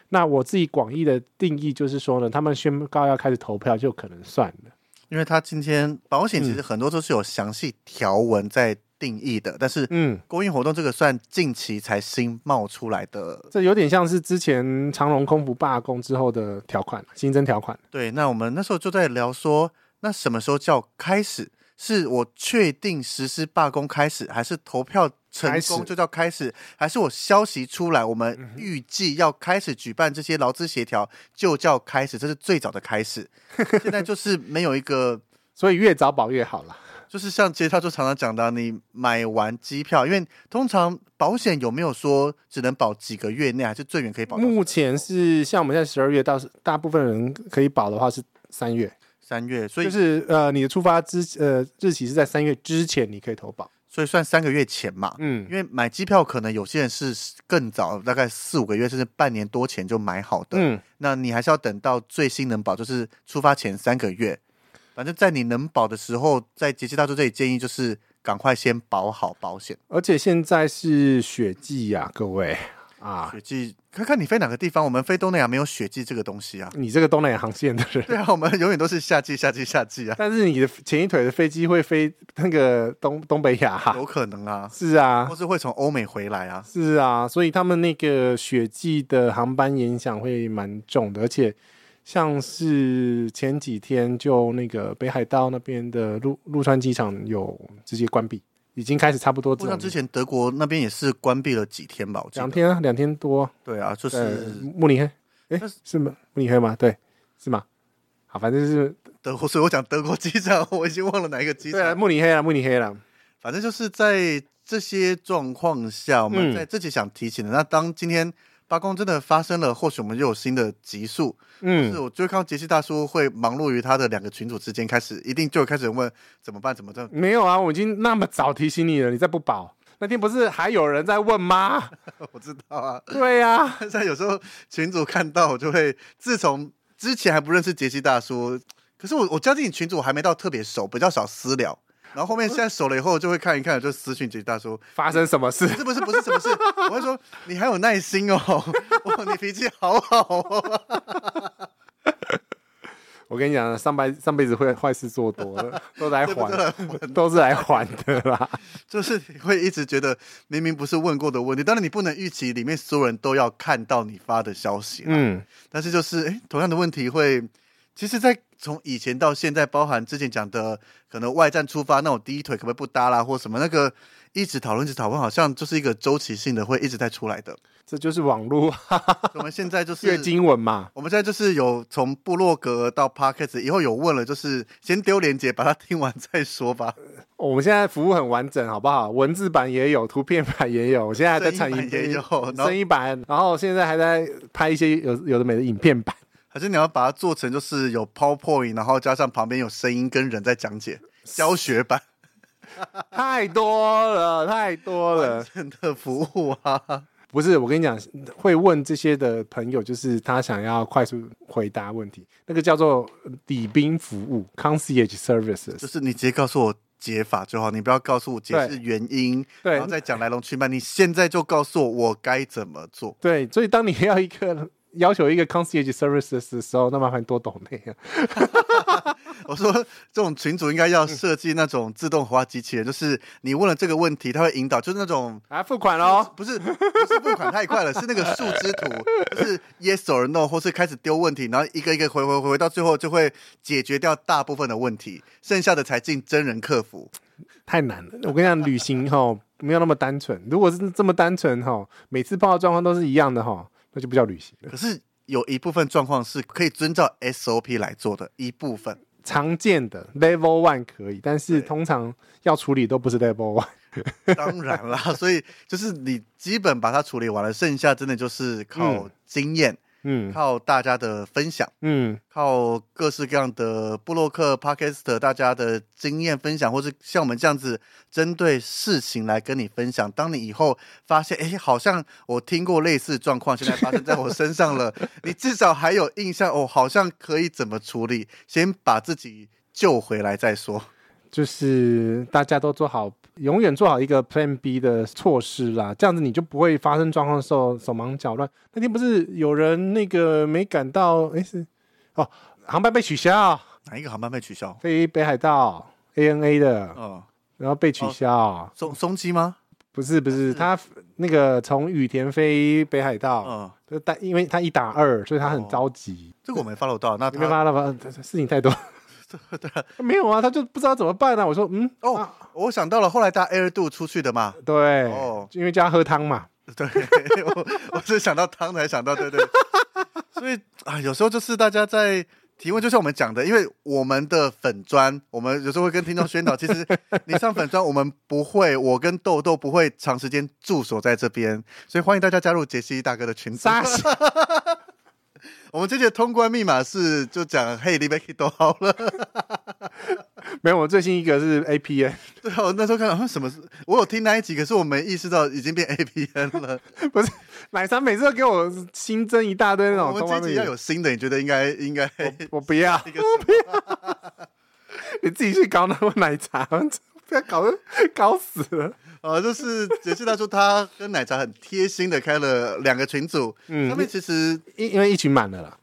[SPEAKER 3] 那我自己广义的定义就是说呢，他们宣告要开始投票，就可能算了。
[SPEAKER 2] 因为他今天保险其
[SPEAKER 3] 嗯
[SPEAKER 2] 实很多都是有详细条文在定义的，但是
[SPEAKER 3] 嗯，
[SPEAKER 2] 公益活动这个算近期才新冒出来的。
[SPEAKER 3] 这有点像是之前长隆空服罢工之后的条款，新增条款。
[SPEAKER 2] 对，那我们那时候就在聊说，那什么时候叫开始？是我确定实施罢工开始，还是投票成
[SPEAKER 3] 开始嗯
[SPEAKER 2] 功就叫开始？还是我消息出来，我们预计要开始举办这些劳资协调，就叫开始？这是最早的开 始。现在就是没有一个
[SPEAKER 3] 所以越早保越好啦。
[SPEAKER 2] 就是像其实他就常常讲的啊，你买完机票，因为通常保险有没有说只能保几个月内，还是最远可以保到
[SPEAKER 3] 目前是像我们现在十二月到大部分人可以保的话是三月，
[SPEAKER 2] 三月？所以、
[SPEAKER 3] 就是呃你的出发之呃日期是在三月之前你可以投保。
[SPEAKER 2] 所以算三个月前嘛。
[SPEAKER 3] 嗯
[SPEAKER 2] 因，为买机票可能有些人是更早，大概四五个月甚至半年多前就买好的，
[SPEAKER 3] 嗯，
[SPEAKER 2] 那你还是要等到最新能保，就是出发前三个月。反正，在你能保的时候，在杰西大叔这里建议就是赶快先保好保险。
[SPEAKER 3] 而且现在是雪季呀、各位啊，
[SPEAKER 2] 雪季，看看你飞哪个地方，我们飞东南亚没有雪季这个东西啊。
[SPEAKER 3] 你这个东南亚航线的人，
[SPEAKER 2] 对啊，我们永远都是夏季、夏季、夏季啊，
[SPEAKER 3] 但是你的前一腿的飞机会飞那个东东北亚、哈
[SPEAKER 2] 有可能啊，
[SPEAKER 3] 是啊
[SPEAKER 2] 或，是会从欧美回来啊。
[SPEAKER 3] 是啊，所以他们那个雪季的航班影响会蛮重的，而且像是前几天就那个北海道那边的陆陆川机场有直接关闭，已经开始差不多这
[SPEAKER 2] 不像之
[SPEAKER 3] 种
[SPEAKER 2] 前德国那边也是关闭了几天吧，我记
[SPEAKER 3] 两
[SPEAKER 2] 得。
[SPEAKER 3] 天啊，两天多，
[SPEAKER 2] 对啊，就
[SPEAKER 3] 呃
[SPEAKER 2] 是，
[SPEAKER 3] 慕尼黑，诶，
[SPEAKER 2] 但是
[SPEAKER 3] 是吗？慕尼黑吗？对，是吗？好，反正就是
[SPEAKER 2] 德国，所以我讲德国机场，我已经忘了哪一个机
[SPEAKER 3] 对啊，
[SPEAKER 2] 场。
[SPEAKER 3] 慕尼黑了，慕尼黑啊了，
[SPEAKER 2] 反正就是在这些状况下，我
[SPEAKER 3] 嗯
[SPEAKER 2] 们在这集想提醒的。那当今天罢工真的发生了，或许我们又有新的集数。是
[SPEAKER 3] 嗯，
[SPEAKER 2] 我就会看到杰西大叔会忙碌于他的两个群组之间，开始一定就有开始问怎么办，怎么办。
[SPEAKER 3] 没有啊，我已经那么早提醒你了，你再不保，那天不是还有人在问吗？
[SPEAKER 2] 我知道啊，
[SPEAKER 3] 对呀、
[SPEAKER 2] 但是有时候群主看到我就会，自从之前还不认识杰西大叔，可是我我加进群主我还没到特别熟，比较少私聊。然后后面现在熟了以后，就会看一看，就私讯杰西大叔，
[SPEAKER 3] 发生什么事？
[SPEAKER 2] 这不是不是什么事，我会说你还有耐心哦，哇，你脾气好好哦。
[SPEAKER 3] 我跟你讲，上辈上辈子会坏事做多 了，都来
[SPEAKER 2] 对不对
[SPEAKER 3] 还，都是来还的啦。
[SPEAKER 2] 就是你会一直觉得明明不是问过的问题，当然你不能预期里面所有人都要看到你发的消息，嗯，
[SPEAKER 3] 嗯，
[SPEAKER 2] 但是就是诶，同样的问题会，其实，在从以前到现在，包含之前讲的可能外战出发那种第一腿可不可以不搭啦，或什么那个一直讨论一直讨论，好像就是一个周期性的会一直在出来 的。
[SPEAKER 3] 这就是网络啊
[SPEAKER 2] 我们现在就是
[SPEAKER 3] 月经文嘛。
[SPEAKER 2] 我们现在就是有从部落格到 podcast，以后有问了，就是先丢链接，把它听完再说 吧。
[SPEAKER 3] 我们现在服务很完整，好不好？文字版也有，图片版也有，我现在还在产
[SPEAKER 2] 声音
[SPEAKER 3] 音
[SPEAKER 2] 版也有然后
[SPEAKER 3] 声音版，然后现在还在拍一些有有的没的影片版。
[SPEAKER 2] 还是你要把它做成就是有 PowerPoint，然后加上旁边有声音跟人在讲解教学版
[SPEAKER 3] 太多了，太多了。
[SPEAKER 2] 真的服务啊。
[SPEAKER 3] 不是，我跟你讲，会问这些的朋友，就是他想要快速回答问题，那个叫做礼宾服务 （concierge
[SPEAKER 2] 就
[SPEAKER 3] services）。
[SPEAKER 2] 是你直接告诉我解法就好，你不要告诉我解释原因，
[SPEAKER 3] 对
[SPEAKER 2] 然后再讲来龙去脉。你现在就告诉我我该怎么做。
[SPEAKER 3] 对，所以当你要一个要求一个 concierge services 的时候，那麻烦多懂那样。
[SPEAKER 2] 我说这种群主应该要设计那种自动化机器人，就是你问了这个问题，它会引导，就是那种。
[SPEAKER 3] 啊，付款喽！
[SPEAKER 2] 不是不是付款太快了，是那个树枝图，就是 yes or no，或是开始丢问题，然后一个一个回回回，到最后就会解决掉大部分的问题，剩下的才进真人客服。
[SPEAKER 3] 太难了。我跟你讲，旅行哈没有那么单纯。如果是这么单纯哈，每次碰到状况都是一样的哈，那就不叫旅行了。
[SPEAKER 2] 可是有一部分状况是可以遵照 SOP 来做的，一部分。
[SPEAKER 3] 常见的 level one 可以，但是
[SPEAKER 2] 对
[SPEAKER 3] 通常要处理都不是 level one。
[SPEAKER 2] 当然啦， 所以就是你基本把它处理完了，剩下真的就是靠
[SPEAKER 3] 嗯
[SPEAKER 2] 经验、
[SPEAKER 3] 嗯
[SPEAKER 2] 靠大家的分享、
[SPEAKER 3] 嗯，
[SPEAKER 2] 靠各式各样的布洛克、podcast 大家的经验分享，或是像我们这样子针对事情来跟你分享。当你以后发现，哎，好像我听过类似状况，现在发生在我身上了，你至少还有印象哦，好像可以怎么处理，先把自己救回来再说。
[SPEAKER 3] 就是大家都做好，永远做好一个 Plan B 的措施啦，这样子你就不会发生状况的时候手忙脚乱。那天不是有人那个没赶到，诶，是哦，航班被取消，
[SPEAKER 2] 哪一个航班被取消？
[SPEAKER 3] 飞北海道 ANA 的，
[SPEAKER 2] 哦，
[SPEAKER 3] 然后被取消。哦
[SPEAKER 2] 松松鸡吗？
[SPEAKER 3] 不是不
[SPEAKER 2] 哦
[SPEAKER 3] 是，他那个从羽田飞北海道，
[SPEAKER 2] 嗯。
[SPEAKER 3] 就但因为他一打二，所以他很着急。
[SPEAKER 2] 这个我没 follow 到，那
[SPEAKER 3] 你没
[SPEAKER 2] 他
[SPEAKER 3] 办法吧？事情太 多。没有啊，他就不知道怎么办啊。我说，嗯，
[SPEAKER 2] 哦，我想到了，后来搭 Air Do 出去的嘛，
[SPEAKER 3] 对
[SPEAKER 2] 哦，
[SPEAKER 3] 因为叫他喝 汤嘛。
[SPEAKER 2] 对我我是想到汤才想到，对对， 所以啊，有时候就是大家在提问，就像我们讲的，因为我们的粉砖，我们有时候会跟听众宣导， 其实你上粉砖，我们不会，我跟豆豆不会长时间驻守在这边，所以欢迎大家加入杰西大哥的群组。
[SPEAKER 3] 傻笑
[SPEAKER 2] 我们这期的通关密码是就讲嘿，李贝克都好了。
[SPEAKER 3] 没有，我最新一个是 A P N，
[SPEAKER 2] 对啊，我那时候看到啊什么是，我有听那一集，可是我没意识到已经变 A P N 了。
[SPEAKER 3] 不是奶茶每次都给我新增一大堆那
[SPEAKER 2] 我们
[SPEAKER 3] 种通
[SPEAKER 2] 这
[SPEAKER 3] 关
[SPEAKER 2] 一集
[SPEAKER 3] 密
[SPEAKER 2] 要
[SPEAKER 3] 语。
[SPEAKER 2] 有新的，你觉得应该 应该
[SPEAKER 3] 我不要，
[SPEAKER 2] 一个什么？
[SPEAKER 3] 你自己去搞那个奶茶， 不要搞得搞死了。
[SPEAKER 2] 啊，就是解释他说他跟奶茶很贴心的开了两个群组，
[SPEAKER 3] 嗯
[SPEAKER 2] 上面其实
[SPEAKER 3] 因因为疫情满了啦，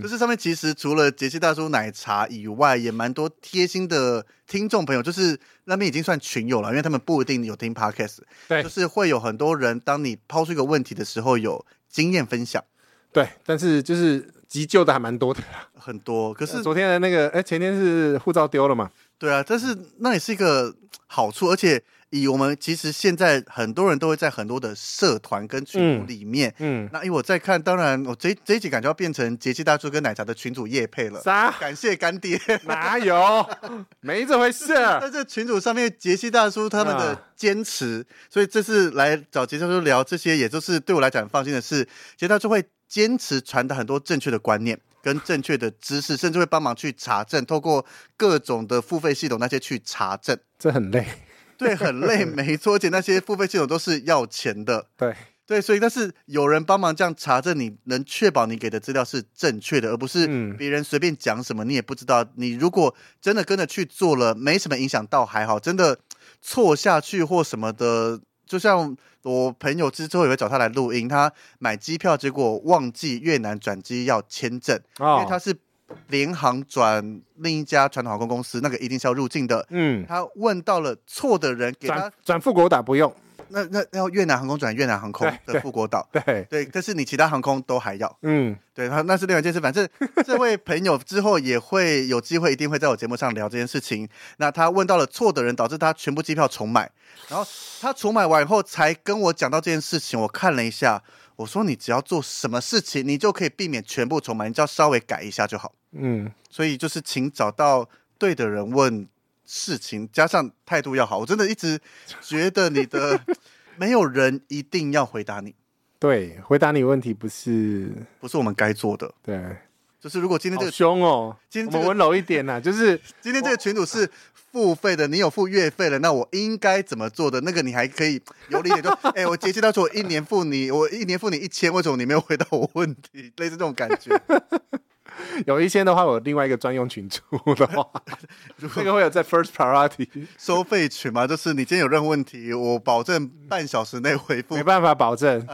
[SPEAKER 2] 就是上面其实除了杰西大叔奶茶以外，也蛮多贴心的听众朋友，就是那边已经算群友了，因为他们不一定有听 podcast，
[SPEAKER 3] 对
[SPEAKER 2] 就是会有很多人，当你抛出一个问题的时候，有经验分享
[SPEAKER 3] 对，但是就是急救的还蛮多的啦。
[SPEAKER 2] 很多，可是
[SPEAKER 3] 昨天的那个，哎、前天是护照丢了嘛？
[SPEAKER 2] 对啊，但是那也是一个好处，而且以我们其实现在很多人都会在很多的社团跟群组
[SPEAKER 3] 嗯
[SPEAKER 2] 里面。
[SPEAKER 3] 嗯，
[SPEAKER 2] 那因为我在看，当然我这这一集感觉要变成杰西大叔跟奶茶的群主夜配了，
[SPEAKER 3] 啥？
[SPEAKER 2] 感谢干爹。
[SPEAKER 3] 哪有？ 没这回事。
[SPEAKER 2] 在这群主上面，杰西大叔他们的
[SPEAKER 3] 啊
[SPEAKER 2] 坚持，所以这次来找杰西大叔聊这些，也就是对我来讲很放心的是，杰西大叔会坚持传达很多正确的观念跟正确的知识，甚至会帮忙去查证，透过各种的付费系统那些去查证。
[SPEAKER 3] 这很累，
[SPEAKER 2] 对，很累，没错，而且那些付费系统都是要钱的。
[SPEAKER 3] 对，
[SPEAKER 2] 对，所以但是有人帮忙这样查证，你能确保你给的资料是正确的，而不是
[SPEAKER 3] 嗯
[SPEAKER 2] 别人随便讲什么，你也不知道。你如果真的跟着去做了，没什么影响，倒还好。真的错下去或什么的，就像我朋友之后也会找他来录音，他买机票结果忘记越南转机要签证，因
[SPEAKER 3] 哦
[SPEAKER 2] 为，他是联航转另一家传统航空公司，那个一定是要入境的。
[SPEAKER 3] 嗯，
[SPEAKER 2] 他问到了错的人，给他
[SPEAKER 3] 转转富国岛不用，
[SPEAKER 2] 那那要越南航空转越南航空
[SPEAKER 3] 对
[SPEAKER 2] 的富国岛。
[SPEAKER 3] 对，
[SPEAKER 2] 对，但是你其他航空都还要，
[SPEAKER 3] 嗯，
[SPEAKER 2] 对，他那是另外一件事。反正这位朋友之后也会有机会，一定会在我节目上聊这件事情。那他问到了错的人，导致他全部机票重买，然后他重买完以后才跟我讲到这件事情。我看了一下，我说你只要做什么事情，你就可以避免全部重买，你只要稍微改一下就好。
[SPEAKER 3] 嗯，
[SPEAKER 2] 所以就是请找到对的人问事情，加上态度要好。我真的一直觉得你的 没有人一定要回答你，
[SPEAKER 3] 对，回答你问题不是
[SPEAKER 2] 不是我们该做的。
[SPEAKER 3] 对，
[SPEAKER 2] 就是如果今天
[SPEAKER 3] 好
[SPEAKER 2] 这个
[SPEAKER 3] 凶哦，
[SPEAKER 2] 今天
[SPEAKER 3] 我
[SPEAKER 2] 这
[SPEAKER 3] 们
[SPEAKER 2] 个
[SPEAKER 3] 温柔一点呐， 就是
[SPEAKER 2] 今天这个群主是付费的，你有付月费了，那我应该怎么做的？那个你还可以有理解 说，哎、我节气到时候我一年付你，我一年付你一千，为什么你没有回答我问题？类似这种感 觉。
[SPEAKER 3] 有一些的话，我有另外一个专用群组的话， 这个会有在 first priority，
[SPEAKER 2] 收费群嘛，就是你今天有任何问题，我保证半小时内回复
[SPEAKER 3] 没。办法保证，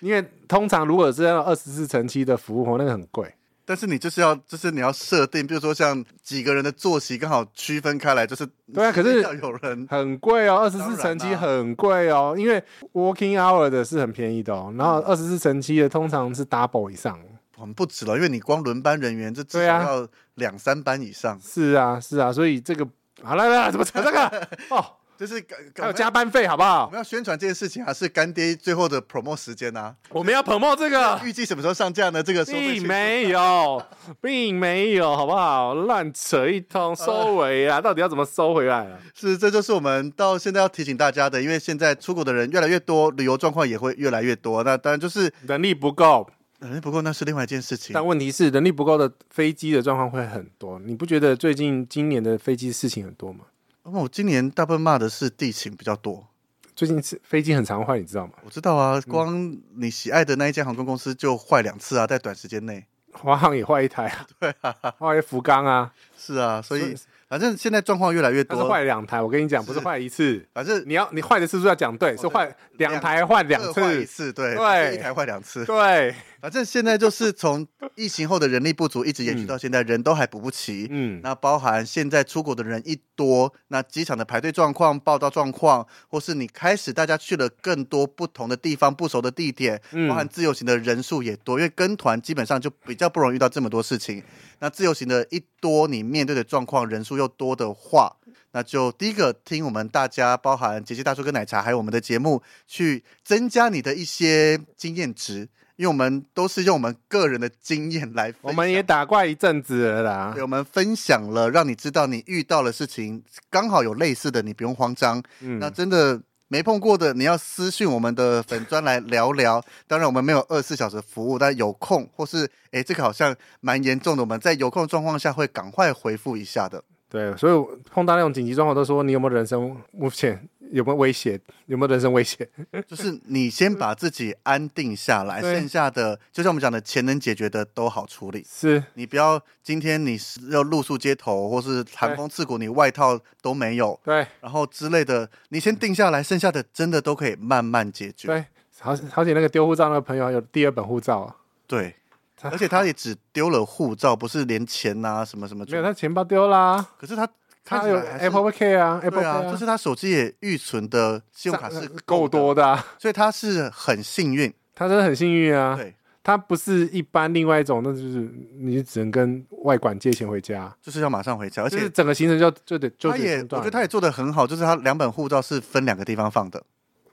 [SPEAKER 3] 因为通常如果是二十四乘七的服务，那个很贵。
[SPEAKER 2] 但是你就是要，就是你要设定，比如说像几个人的作息刚好区分开来，就是
[SPEAKER 3] 对啊可是
[SPEAKER 2] 要有人
[SPEAKER 3] 很贵哦，二十
[SPEAKER 2] 当
[SPEAKER 3] 四
[SPEAKER 2] 然
[SPEAKER 3] 乘七
[SPEAKER 2] 啦
[SPEAKER 3] 很贵哦，因为 working hour 的是很便宜的哦，
[SPEAKER 2] 嗯
[SPEAKER 3] 然后二十四乘七的通常是 double 以上。
[SPEAKER 2] 很不止了，因为你光轮班人员这至少
[SPEAKER 3] 对啊
[SPEAKER 2] 要两三班以上，
[SPEAKER 3] 是啊，是啊，所以这个好了，来来，怎么扯这 个？哦，
[SPEAKER 2] 就是
[SPEAKER 3] 还有
[SPEAKER 2] 加。
[SPEAKER 3] 加班费好
[SPEAKER 2] 我
[SPEAKER 3] 不好？
[SPEAKER 2] 们要宣传这件事情，还啊是干爹最后的 promo 时间啊？
[SPEAKER 3] 我们要 promote 这个，
[SPEAKER 2] 预计什么时候上架呢？这个收费
[SPEAKER 3] 并
[SPEAKER 2] 群
[SPEAKER 3] 没 有，并没有，好不好？乱扯一通，收尾啊！到底要怎么收回来啊？
[SPEAKER 2] 是，这就是我们到现在要提醒大家的，因为现在出国的人越来越多，旅游状况也会越来越多。那当然就是，
[SPEAKER 3] 能力不够，
[SPEAKER 2] 嗯，不过那是另外一件事情
[SPEAKER 3] 但。问题是能力不够的飞机的状况会很多。你不觉得最近今年的飞机事情很多吗？
[SPEAKER 2] 那哦么我今年大部分骂的是地勤比较多，
[SPEAKER 3] 最近是飞机很常坏，你知道吗？
[SPEAKER 2] 我知道
[SPEAKER 3] 嗯
[SPEAKER 2] 啊，光你喜爱的那一间航空公司就坏两次啊，在短时间内。
[SPEAKER 3] 华航也坏一台 啊，对啊，华为福冈啊，
[SPEAKER 2] 是啊，所以
[SPEAKER 3] 是
[SPEAKER 2] 反正现在状况越来越
[SPEAKER 3] 它是
[SPEAKER 2] 多，
[SPEAKER 3] 坏两台。我跟你讲，不是坏一次，
[SPEAKER 2] 反正
[SPEAKER 3] 你要你坏的次数要讲对，是坏两台换两
[SPEAKER 2] 各坏一
[SPEAKER 3] 次，
[SPEAKER 2] 哦次，对，
[SPEAKER 3] 对
[SPEAKER 2] 一台坏两次。
[SPEAKER 3] 对，
[SPEAKER 2] 反正现在就是从疫情后的人力不足一直延续到现在，人都还补不齐。
[SPEAKER 3] 嗯，
[SPEAKER 2] 那包含现在出国的人一多，那机场的排队状况、报到状况，或是你开始大家去了更多不同的地方、不熟的地点，
[SPEAKER 3] 嗯
[SPEAKER 2] 包含自由行的人数也多，因为跟团基本上就比较不容易遇到这么多事情。那自由行的一多，你面对的状况人数又多的话，那就第一个听我们大家，包含杰西大叔跟奶茶，还有我们的节目，去增加你的一些经验值。因为我们都是用我们个人的经验来分享，
[SPEAKER 3] 我们也打怪一阵子了啦
[SPEAKER 2] 啊对，。我们分享了，让你知道你遇到的事情，刚好有类似的，你不用慌张。
[SPEAKER 3] 嗯
[SPEAKER 2] 那真的没碰过的，你要私讯我们的粉砖来聊聊。当然，我们没有二十四小时服务，但有空或是诶，这个好像蛮严重的，我们在有空的状况下会赶快回复一下 的。
[SPEAKER 3] 对，所以我碰到那种紧急状况，都说你有没有人身目前有没有威胁，有没有人身威胁？
[SPEAKER 2] 就是你先把自己安定下来，
[SPEAKER 3] 对
[SPEAKER 2] 剩下的就像我们讲的，钱能解决的都好处理。
[SPEAKER 3] 是，
[SPEAKER 2] 你不要今天你是要露宿街头，或是寒风刺骨，你外套都没有，
[SPEAKER 3] 对
[SPEAKER 2] 然后之类的，你先定下来，剩下的真的都可以慢慢解决。
[SPEAKER 3] 对，好好险那个丢护照那个朋友有第二本护照啊，
[SPEAKER 2] 对，
[SPEAKER 3] 他
[SPEAKER 2] 而且他也只丢了护照，不是连钱啊什么什么就。
[SPEAKER 3] 没有他钱包丢啦，
[SPEAKER 2] 可是他看
[SPEAKER 3] 他
[SPEAKER 2] 起
[SPEAKER 3] 有
[SPEAKER 2] 来还是
[SPEAKER 3] Apple Pay 啊，Apple
[SPEAKER 2] 对
[SPEAKER 3] Pay
[SPEAKER 2] 啊，就是他手机也预存的信用卡是
[SPEAKER 3] 够
[SPEAKER 2] 的，
[SPEAKER 3] 多的啊，
[SPEAKER 2] 所以他是很幸运。
[SPEAKER 3] 他真的很幸运啊。
[SPEAKER 2] 对，
[SPEAKER 3] 他不是一般另外一种，那就是你只能跟外管借钱回家，
[SPEAKER 2] 就是要马上回家，而
[SPEAKER 3] 而就是
[SPEAKER 2] 且
[SPEAKER 3] 整个行程就就得就
[SPEAKER 2] 他
[SPEAKER 3] 得
[SPEAKER 2] 也
[SPEAKER 3] 中
[SPEAKER 2] 我
[SPEAKER 3] 断
[SPEAKER 2] 觉得他也做的很好，就是他两本护照是分两个地方放的，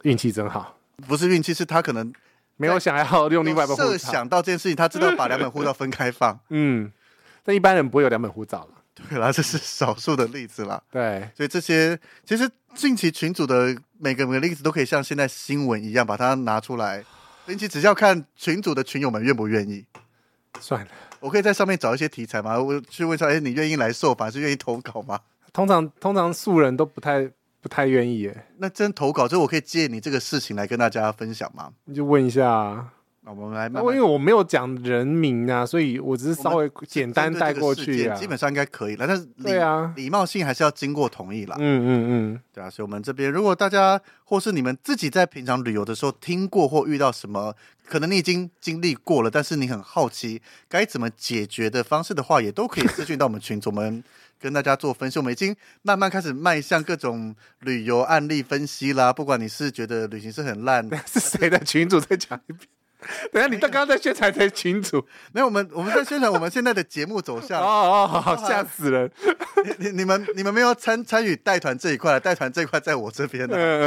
[SPEAKER 3] 运气真好，
[SPEAKER 2] 不是运气，是他可能
[SPEAKER 3] 没有想要用另外一本护
[SPEAKER 2] 设
[SPEAKER 3] 照。
[SPEAKER 2] 想到这件事情，他知道把两本护照分开放。
[SPEAKER 3] 嗯，但一般人不会有两本护照了。
[SPEAKER 2] 对啦，这是少数的例子啦。
[SPEAKER 3] 对，
[SPEAKER 2] 所以这些其实近期群组的每个每个例子都可以像现在新闻一样把它拿出来，并且只要看群组的群友们愿不愿意。
[SPEAKER 3] 算了。
[SPEAKER 2] 我可以在上面找一些题材吗？我去问一下，哎，你愿意来受访，还是愿意投稿吗？
[SPEAKER 3] 通常通常素人都不太不太愿意耶，
[SPEAKER 2] 那真投稿之后，我可以借你这个事情来跟大家分享吗？
[SPEAKER 3] 你就问一下、啊。
[SPEAKER 2] 那我们来
[SPEAKER 3] 那
[SPEAKER 2] 慢
[SPEAKER 3] 我
[SPEAKER 2] 慢
[SPEAKER 3] 因为我没有讲人名啊，所以我只是稍微简单带过去啊。
[SPEAKER 2] 基本上应该可以了。但是礼
[SPEAKER 3] 对啊
[SPEAKER 2] 礼貌性还是要经过同意啦。
[SPEAKER 3] 嗯嗯
[SPEAKER 2] 对啊，所以我们这边如果大家或是你们自己在平常旅游的时候听过或遇到什么，可能你已经经历过了，但是你很好奇该怎么解决的方式的话，也都可以私讯到我们群组，我们跟大家做分析。我们已经慢慢开始迈向各种旅游案例分析啦。不管你是觉得旅行社很烂，
[SPEAKER 3] 嗯，是谁的群主再讲一遍？等一下，你刚刚在宣传谁 群主？
[SPEAKER 2] 没有我们我们在宣传我们现在的节目走
[SPEAKER 3] 哦
[SPEAKER 2] 向。
[SPEAKER 3] 哦，好吓死人！
[SPEAKER 2] 你你们你们没有参参与带团这一块，带团这一块在我这边
[SPEAKER 3] 嗯
[SPEAKER 2] 的、
[SPEAKER 3] 嗯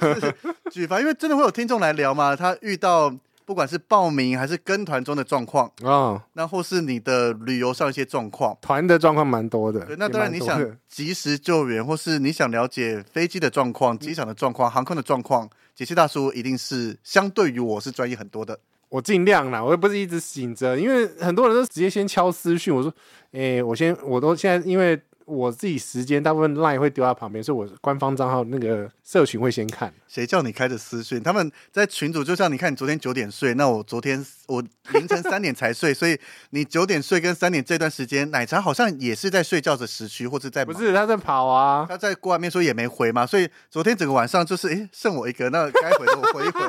[SPEAKER 3] 嗯嗯 嗯，
[SPEAKER 2] 举凡，因为真的会有听众来聊嘛，他遇到不管是报名还是跟团中的状况，
[SPEAKER 3] 嗯哦，
[SPEAKER 2] 那或是你的旅游上一些状况。
[SPEAKER 3] 团的状况蛮多的
[SPEAKER 2] 对，。那当然
[SPEAKER 3] 也
[SPEAKER 2] 你
[SPEAKER 3] 蛮多的
[SPEAKER 2] 想及时救援，或是你想了解飞机的状况、机场的状况、航空的状况，解析大叔一定是相对于我是专业很多的。
[SPEAKER 3] 我尽量啦，我又不是一直醒着，因为很多人都直接先敲私讯，我说，诶、我先，我都现在因为我自己时间大部分 line 会丢在旁边，所以我官方账号那个社群会先看，
[SPEAKER 2] 谁叫你开着私讯？他们在群组，就像你看，你昨天九点睡，那我昨天我凌晨三点才睡，所以你九点睡跟三点这段时间，奶茶好像也是在睡觉的时区，或者在
[SPEAKER 3] 不
[SPEAKER 2] 忙
[SPEAKER 3] 是他在跑啊，
[SPEAKER 2] 他在外面说也没回嘛，所以昨天整个晚上就是，诶，剩我一个，那该回的我回一 回，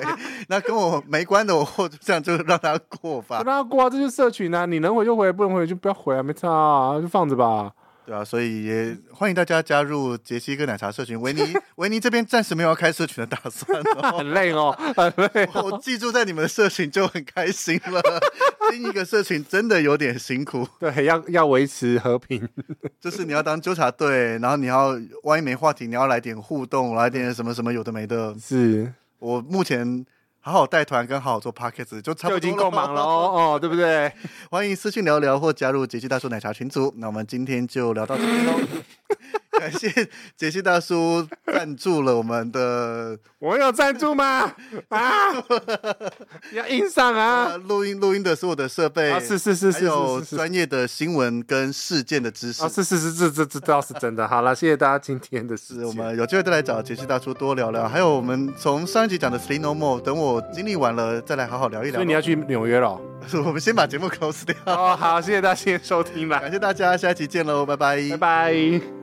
[SPEAKER 2] 那跟我没关的我或这样就让他过吧
[SPEAKER 3] 让，他过啊，这就是社群啊，你能回就回，不能回就不要回啊，没差啊，就放着吧。
[SPEAKER 2] 对啊，所以也欢迎大家加入杰西跟奶茶社群。维尼，维尼这边暂时没有要开社群的打算哦。
[SPEAKER 3] 很累哦，很累。
[SPEAKER 2] 我寄住在你们的社群就很开心了。另一个社群真的有点辛苦，
[SPEAKER 3] 对，要要维持和平，
[SPEAKER 2] 就是你要当纠察队，然后你要万一没话题，你要来点互动，来点什么什么有的没的。
[SPEAKER 3] 是
[SPEAKER 2] 我目前好好带团跟好好做 p o c k e t 就差
[SPEAKER 3] 就
[SPEAKER 2] 不
[SPEAKER 3] 已
[SPEAKER 2] 多
[SPEAKER 3] 经够忙了。哦，哦，对不对？
[SPEAKER 2] 欢迎私信聊聊或加入杰西大叔奶茶群组。那我们今天就聊到这 边喽。感谢杰西大叔赞助了我们的
[SPEAKER 3] 我有赞助吗？ 啊，要硬上啊
[SPEAKER 2] 呃！录音录音的所有的设备，
[SPEAKER 3] 啊，是是是是
[SPEAKER 2] 还有
[SPEAKER 3] 是是是。
[SPEAKER 2] 专业的新闻跟事件的知识
[SPEAKER 3] 啊，。是是是，这这这倒是真的。好了，谢谢大家今天的
[SPEAKER 2] 是
[SPEAKER 3] 时间。
[SPEAKER 2] 我们有机会再来找杰西大叔多聊聊，还有我们从上一集讲的 Sleep No More，等我经历完了再来好好聊一聊
[SPEAKER 3] 所以。你要去纽约了哦。
[SPEAKER 2] 我们先把节目 close 掉，
[SPEAKER 3] 哦，好，谢谢大家今天收听啦
[SPEAKER 2] 感，谢大家，下一期见喽，拜拜，拜
[SPEAKER 3] 拜拜。